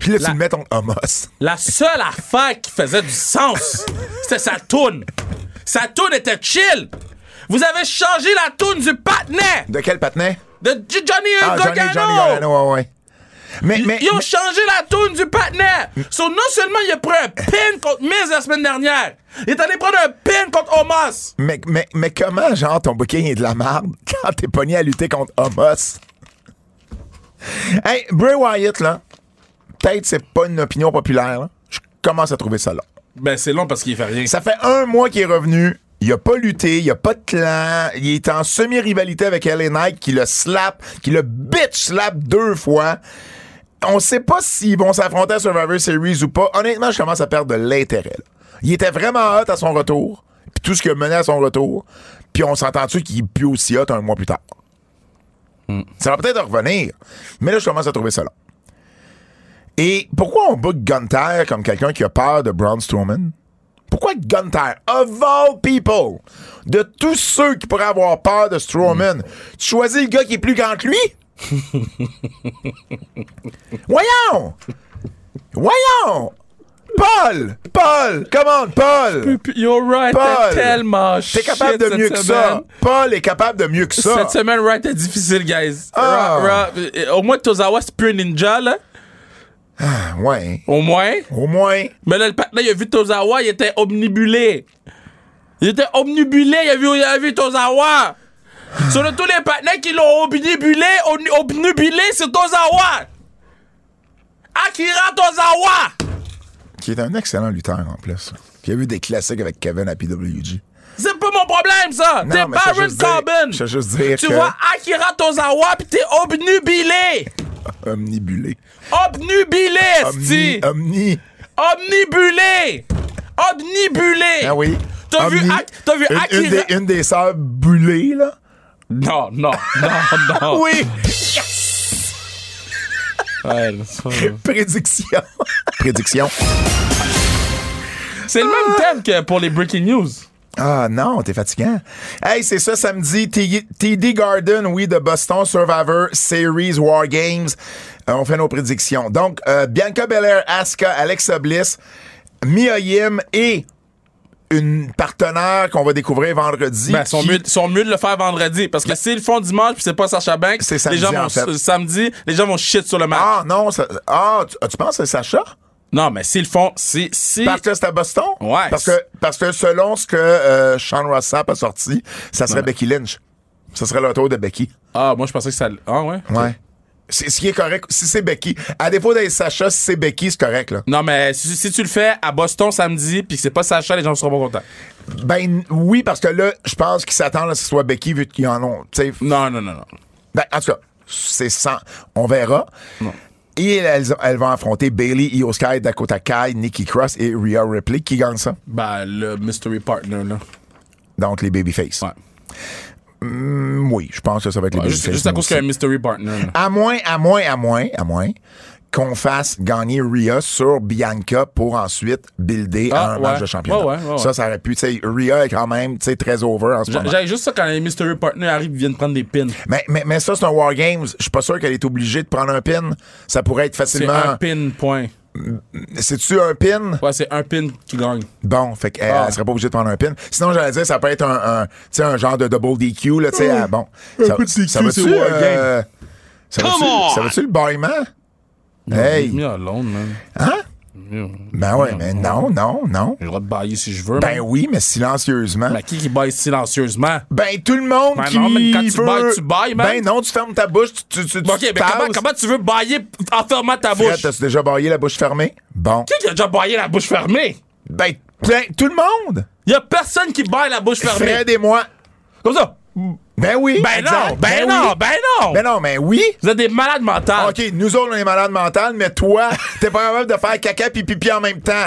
Je l'ai
La-
tu mets ton homos.
La seule affaire qui faisait du sens, c'était sa toune. Sa toune était chill. Vous avez changé la toune du partenaire
De quel patinet? Ah,
de J- Johnny Gargano.
Johnny Gargano, ouais, ouais. Mais, mais,
Ils ont changé la toune du partenaire. So, non seulement il a pris un pin contre Miz la semaine dernière, il est allé prendre un pin contre Omos.
mais, mais, mais comment, genre, ton booking est de la merde quand t'es pogné à lutter contre Homos? Hey, Bray Wyatt, là, peut-être c'est pas une opinion populaire, là. Je commence à trouver ça long.
Ben, c'est long parce qu'il fait rien.
Ça fait un mois qu'il est revenu. Il a pas lutté, il a pas de clan, il est en semi-rivalité avec LA Knight qui le slap, qui le bitch slap deux fois. On sait pas s'ils vont s'affronter à Survivor Series ou pas. Honnêtement, je commence à perdre de l'intérêt. là. Il était vraiment hot à son retour, puis tout ce qu'il a mené à son retour, puis on s'entend-tu qu'il est plus aussi hot un mois plus tard. Ça va peut-être revenir, mais là, je commence à trouver ça long. Et pourquoi on book Gunther comme quelqu'un qui a peur de Braun Strowman? Pourquoi Gunther, of all people, de tous ceux qui pourraient avoir peur de Strowman, tu choisis le gars qui est plus grand que lui? Voyons! Voyons! Paul! Paul! Come on, Paul!
You're right,
Paul!
tellement
T'es capable de mieux que ça! Paul est capable de mieux que ça!
Cette semaine, right, est difficile, guys.
Ah.
Ra- Ra- euh, au moins, Tozawa, c'est plus un ninja, là.
Ouais.
Au moins.
Au moins.
Mais là, le partenaire, il a vu Tozawa, il était omnibulé. Il était omnibulé, il a vu, il a vu Tozawa. Sur le tous les partenaires qui l'ont omnibulé, omni- omnibulé, c'est Tozawa. Akira Tozawa.
Qui est un excellent lutteur en plus. Puis il y a eu des classiques avec Kevin à PWG.
C'est pas mon problème, ça.
Non,
T'es
mais je veux
Baron
juste dire-
Corbin.
je veux juste dire
Tu
que-
vois Akira Tozawa, pis t'es omnibulé.
Omnibulé.
Obnubilé,
Omni.
esti.
Omni.
Omnibulé! Omnibulé!
Ah oui.
T'as
Omni.
vu, Ak- t'as vu
une,
Akira...
Une des, une des sœurs bulées, là.
Non, non, non, non.
Ah Oui.
Ouais, ça-
Prédiction. Prédiction.
C'est le même thème que pour les breaking news.
Ah non, t'es fatigant. Hey, c'est ça samedi. T- TD Garden, oui, de Boston Survivor Series War Games. Euh, on fait nos prédictions. Donc, euh, Bianca Belair, Asuka, Alexa Bliss, Mia Yim et une partenaire qu'on va découvrir vendredi.
Ben, sont
qui- Ben-
mieux, sont mieux de le faire vendredi. Parce que s'ils le font dimanche puis c'est pas Sacha Banks,
C'est
les
samedi,
gens vont,
en fait.
s- samedi, les gens vont shit sur le match.
Ah non, ça- ah, tu, tu penses que c'est Sacha?
Non, mais s'ils le font, si, si,
Parce que c'est à Boston?
Ouais.
Parce que, parce que selon ce que euh, Sean Rossap a sorti, ça serait Becky Lynch. Ça serait le retour de Becky.
ah, moi je pensais que ça, ah ouais.
Ouais. C'est ce qui est correct. Si c'est Becky. À défaut d'être Sacha, si c'est Becky, c'est correct, là.
Non, mais si, si tu le fais à Boston samedi, puis que c'est pas Sacha, les gens seront pas contents.
Ben oui, parce que là, je pense qu'ils s'attendent à ce que ce soit Becky vu qu'ils en ont. tu sais.
Non, non, non, non.
Ben, en tout cas, c'est sans. On verra. Et elles, elles vont affronter Bailey, Io Sky, Dakota Kai, Nikki Cross et Rhea Ripley. Qui gagne ça?
Ben, le mystery partner, là.
Donc, les Babyface.
Ouais.
Mm, oui, je pense que ça va être les
juste,
Babyface.
juste à cause qu'il y a un
moi aussi.
mystery partner, là.
À moins, à moins, à moins, à moins qu'on fasse gagner Rhea sur Bianca pour ensuite builder
Ah,
un match
ouais.
de championnat.
Ouais, ouais, ouais, ouais.
Ça, ça aurait pu. tu sais, Rhea est quand même tu sais, très over en ce
J'a-
moment.
J'avais juste ça quand les mystery partners arrivent, ils viennent prendre des pins.
Mais, mais, mais ça, c'est un War Games. Je suis pas sûr qu'elle est obligée de prendre un pin. Ça pourrait être
C'est
facilement.
un pin, point.
C'est-tu un pin?
Ouais, c'est un pin qui gagne.
Bon, fait qu'elle
Ah.
elle serait pas obligée de prendre un pin. Sinon, j'allais dire, ça peut être un, un, tu sais, un genre de double DQ, là, tu sais, ah, bon. ça,
petit
ça
DQ,
va-tu,
c'est War
euh, ça va-tu, ça va-tu le baillement? Hey!
Mis à Londres, man.
Hein? Ben ouais, mais non, non, non.
J'ai le droit de bailler si je veux.
Ben
man.
oui, mais silencieusement.
Hein? Mais qui qui baille silencieusement?
Ben tout le monde
Ben
qui
non, mais quand tu
veut-
bailles, tu bailles, man.
Ben non, tu fermes ta bouche, tu, tu, tu, tu
Ok, mais comment,
tasses.
comment tu veux bailler en fermant ta
Fred,
bouche?
t'as-tu déjà baillé la bouche fermée? Bon.
Qui qui a déjà baillé la bouche fermée?
Ben, plein- tout le monde!
Y a personne qui baille la bouche fermée.
Fred et moi.
Comme ça.
Ben oui!
Ben
exact.
non, ben, non, Ah.
oui.
ben non.
Ben non, mais oui!
Vous êtes des malades mentales.
OK, nous autres, on est malades mentales, mais toi, t'es pas capable de faire caca puis pipi en même temps.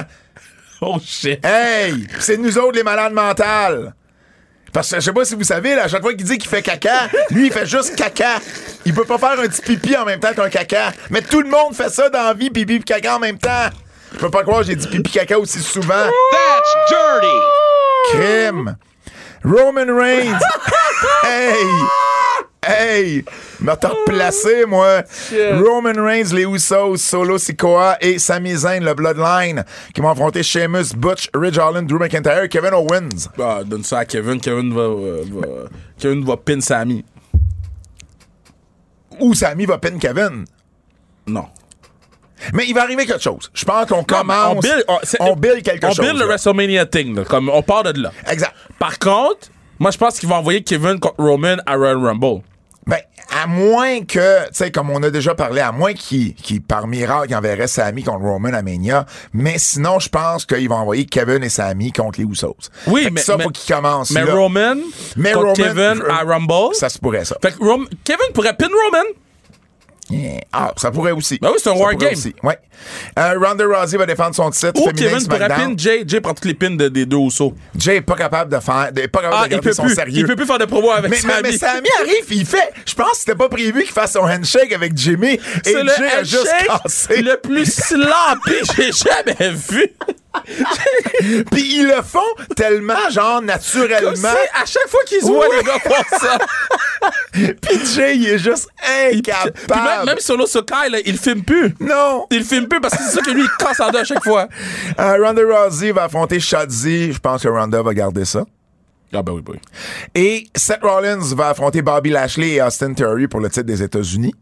Oh
Eh.
shit.
Hey! C'est nous autres, les malades mentales! Parce que je sais pas si vous savez, là, à chaque fois qu'il dit qu'il fait caca, lui, il fait juste caca. Il peut pas faire un petit pipi en même temps qu'un caca. Mais tout le monde fait ça dans la vie, pipi pis caca en même temps. Je peux pas croire que j'ai dit pipi caca aussi souvent.
That's dirty.
Crime! Roman Reigns! hey! Hey! Me t'as
Oh,
replacé, moi! Roman Reigns, les Usos, Solo Sikoa et Sami Zayn, le Bloodline, qui vont affronter Sheamus, Butch, Ridge Holland, Drew McIntyre, Kevin Owens.
Bah, donne ça à Kevin. Kevin va, euh, va- Kevin va pin Sammy.
Ou Sami va pin Kevin.
Non.
Mais il va arriver quelque chose. Je pense qu'on
Non, mais
commence.
on build, on- c'est-
on build quelque chose.
On build le
là.
WrestleMania thing. là, comme on part de là.
Exact.
Par contre, moi je pense qu'il va envoyer Kevin contre Roman à Royal Rumble.
Ben, à moins que, tu sais, comme on a déjà parlé, à moins qu'il, qu'il, par miracle, enverrait Sami contre Roman à Mania, mais sinon, je pense qu'il va envoyer Kevin et Sami contre les Usos.
Oui,
Fait que
mais
ça,
mais-
faut qu'il commence.
Mais
là.
Roman
Mais
contre
Roman-
Kevin à Rumble.
Ça se pourrait, ça.
Fait que Rom- Kevin pourrait pin Roman.
Yeah. Ah, ça pourrait aussi.
Ben oui, c'est un
Ça
war
pourrait
game.
aussi. Ouais. Euh, Ronda Rousey va défendre son titre
Ou
féminin
Kevin pourrait pin
SmackDown.
Jay. Jay prend toutes les pins de- des deux Usos.
Jay est pas capable de faire, de- pas capable
Ah,
de
il
garder
peut
son
plus.
sérieux.
Il peut plus faire de promo avec
Mais, mais,
Sammy.
mais Sami arrive, il fait. Je pense que c'était pas prévu qu'il fasse son handshake avec Jimmy. Et
C'est le
Jay a juste cassé.
handshake le plus sloppy que j'ai jamais vu.
Puis ils le font tellement, genre,
Comme si
naturellement.
à chaque fois qu'ils se voient,
Ouais.
les gars font ça.
Puis Jay, il est juste incapable.
Puis même, même Solo Sokai, là, il filme plus.
Non!
Il filme plus parce que c'est ça que lui, il casse en deux à chaque fois.
Euh, Ronda Rousey va affronter Shotzi. Je pense que Ronda va garder ça.
Ah ben oui, ben oui.
Et Seth Rollins va affronter Bobby Lashley et Austin Theory pour le titre des États-Unis.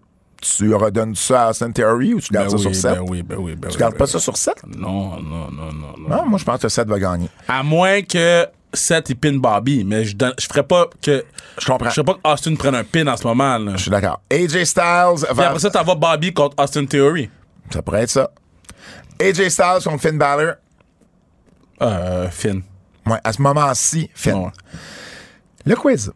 Tu redonnes ça à Austin Theory ou tu gardes
Ben
ça
oui,
sur Seth?
ben oui, ben oui, ben
Tu
oui,
gardes
ben
pas Hein?
oui.
ça sur Seth?
Non, non, non, non, non.
Non, moi, je pense que Seth va gagner.
À moins que Seth il pin Bobby, mais je donne, je ferais pas que.
Je comprends.
Je ferais pas que Austin prenne un pin en ce moment. Là.
Je suis d'accord. AJ Styles
Puis
va...
après ça, t'envoies Bobby contre Austin Theory.
Ça pourrait être ça. AJ Styles contre Finn Balor.
Euh, Finn.
Ouais, à ce moment-ci, Finn.
Ouais.
Le quiz.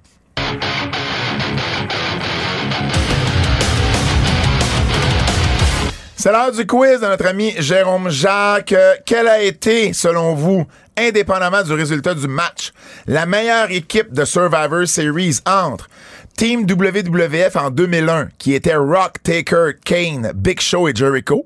C'est l'heure du quiz de notre ami Jérôme Jacques. Euh, Quelle a été, selon vous, indépendamment du résultat du match, la meilleure équipe de Survivor Series entre Team WWF en 2001, qui était Rock, Taker, Kane, Big Show et Jericho,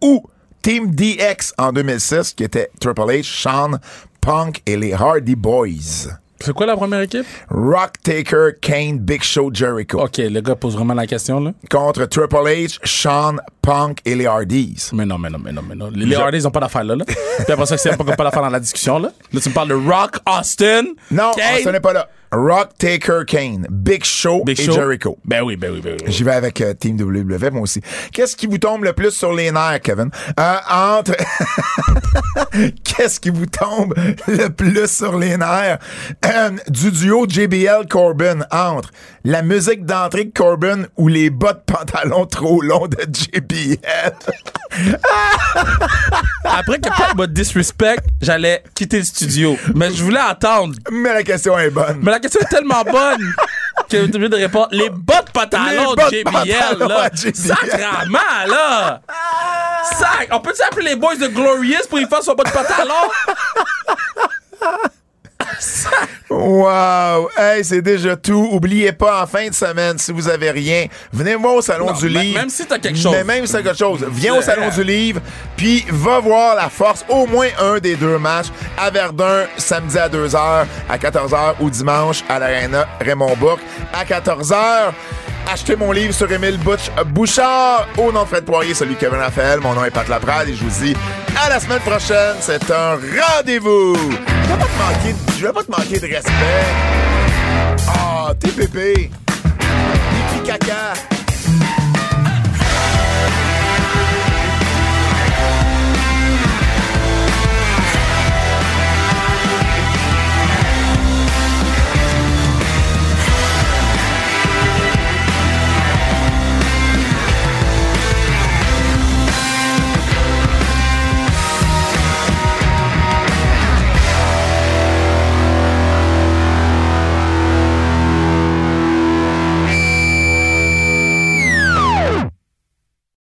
ou Team DX en 2006, qui était Triple H, Shawn, Punk et les Hardy Boys?
C'est quoi la première équipe?
Rock Taker, Kane, Big Show, Jericho.
Ok, le gars pose vraiment la question, là.
Contre Triple H, Shawn, Punk et les Hardys.
Mais non, mais non, mais non, mais non. Les, les Hardys ils ont pas d'affaire là, là. Puis après ça, c'est pas, pas d'affaire dans la discussion, là. Là, tu me parles de Rock, Austin.
Non,
Kane.
ce n'est pas là. Rock, Taker, Kane, Big Show
Big
et
Show.
Jericho.
Ben oui, ben oui, ben oui.
J'y vais avec euh, Team WWE, moi aussi. Qu'est-ce qui vous tombe le plus sur les nerfs, Kevin? Euh, entre... Qu'est-ce qui vous tombe le plus sur les nerfs? Euh, du duo JBL Corbin entre la musique d'entrée de Corbin ou les bas de pantalon trop longs de JBL.
Après que Paul m'a disrespect, j'allais quitter le studio. Mais je voulais attendre.
Mais la question est bonne.
Mais la question est tellement bonne que je suis obligé de répondre. Les bottes pantalons
Les bottes
de JBL,
pantalons
là.
à JBL.
Sacrement, là. Sac. On peut-tu appeler les boys de Glorious pour qu'ils fassent son bas de pantalon?
Wow! Hey, c'est déjà tout. Oubliez pas, en fin de semaine, si vous avez rien, venez voir au Salon
Non,
du
mais-
Livre.
même si t'as quelque chose.
Mais même si t'as quelque chose, viens au
Yeah.
Salon du Livre, puis va voir la force, au moins un des deux matchs, à Verdun, samedi à 2h, à 14h, ou dimanche, à l'Arena Raymond Bourque, à 14h. Achetez mon livre sur Émile Butch Bouchard. Au nom de Fred Poirier, celui de Kevin Raphaël, mon nom est Pat Laprade, et je vous dis à la semaine prochaine. C'est un rendez-vous! Je vais pas te manquer de- je vais pas te manquer de respect. Ah, TPP. Pipi caca.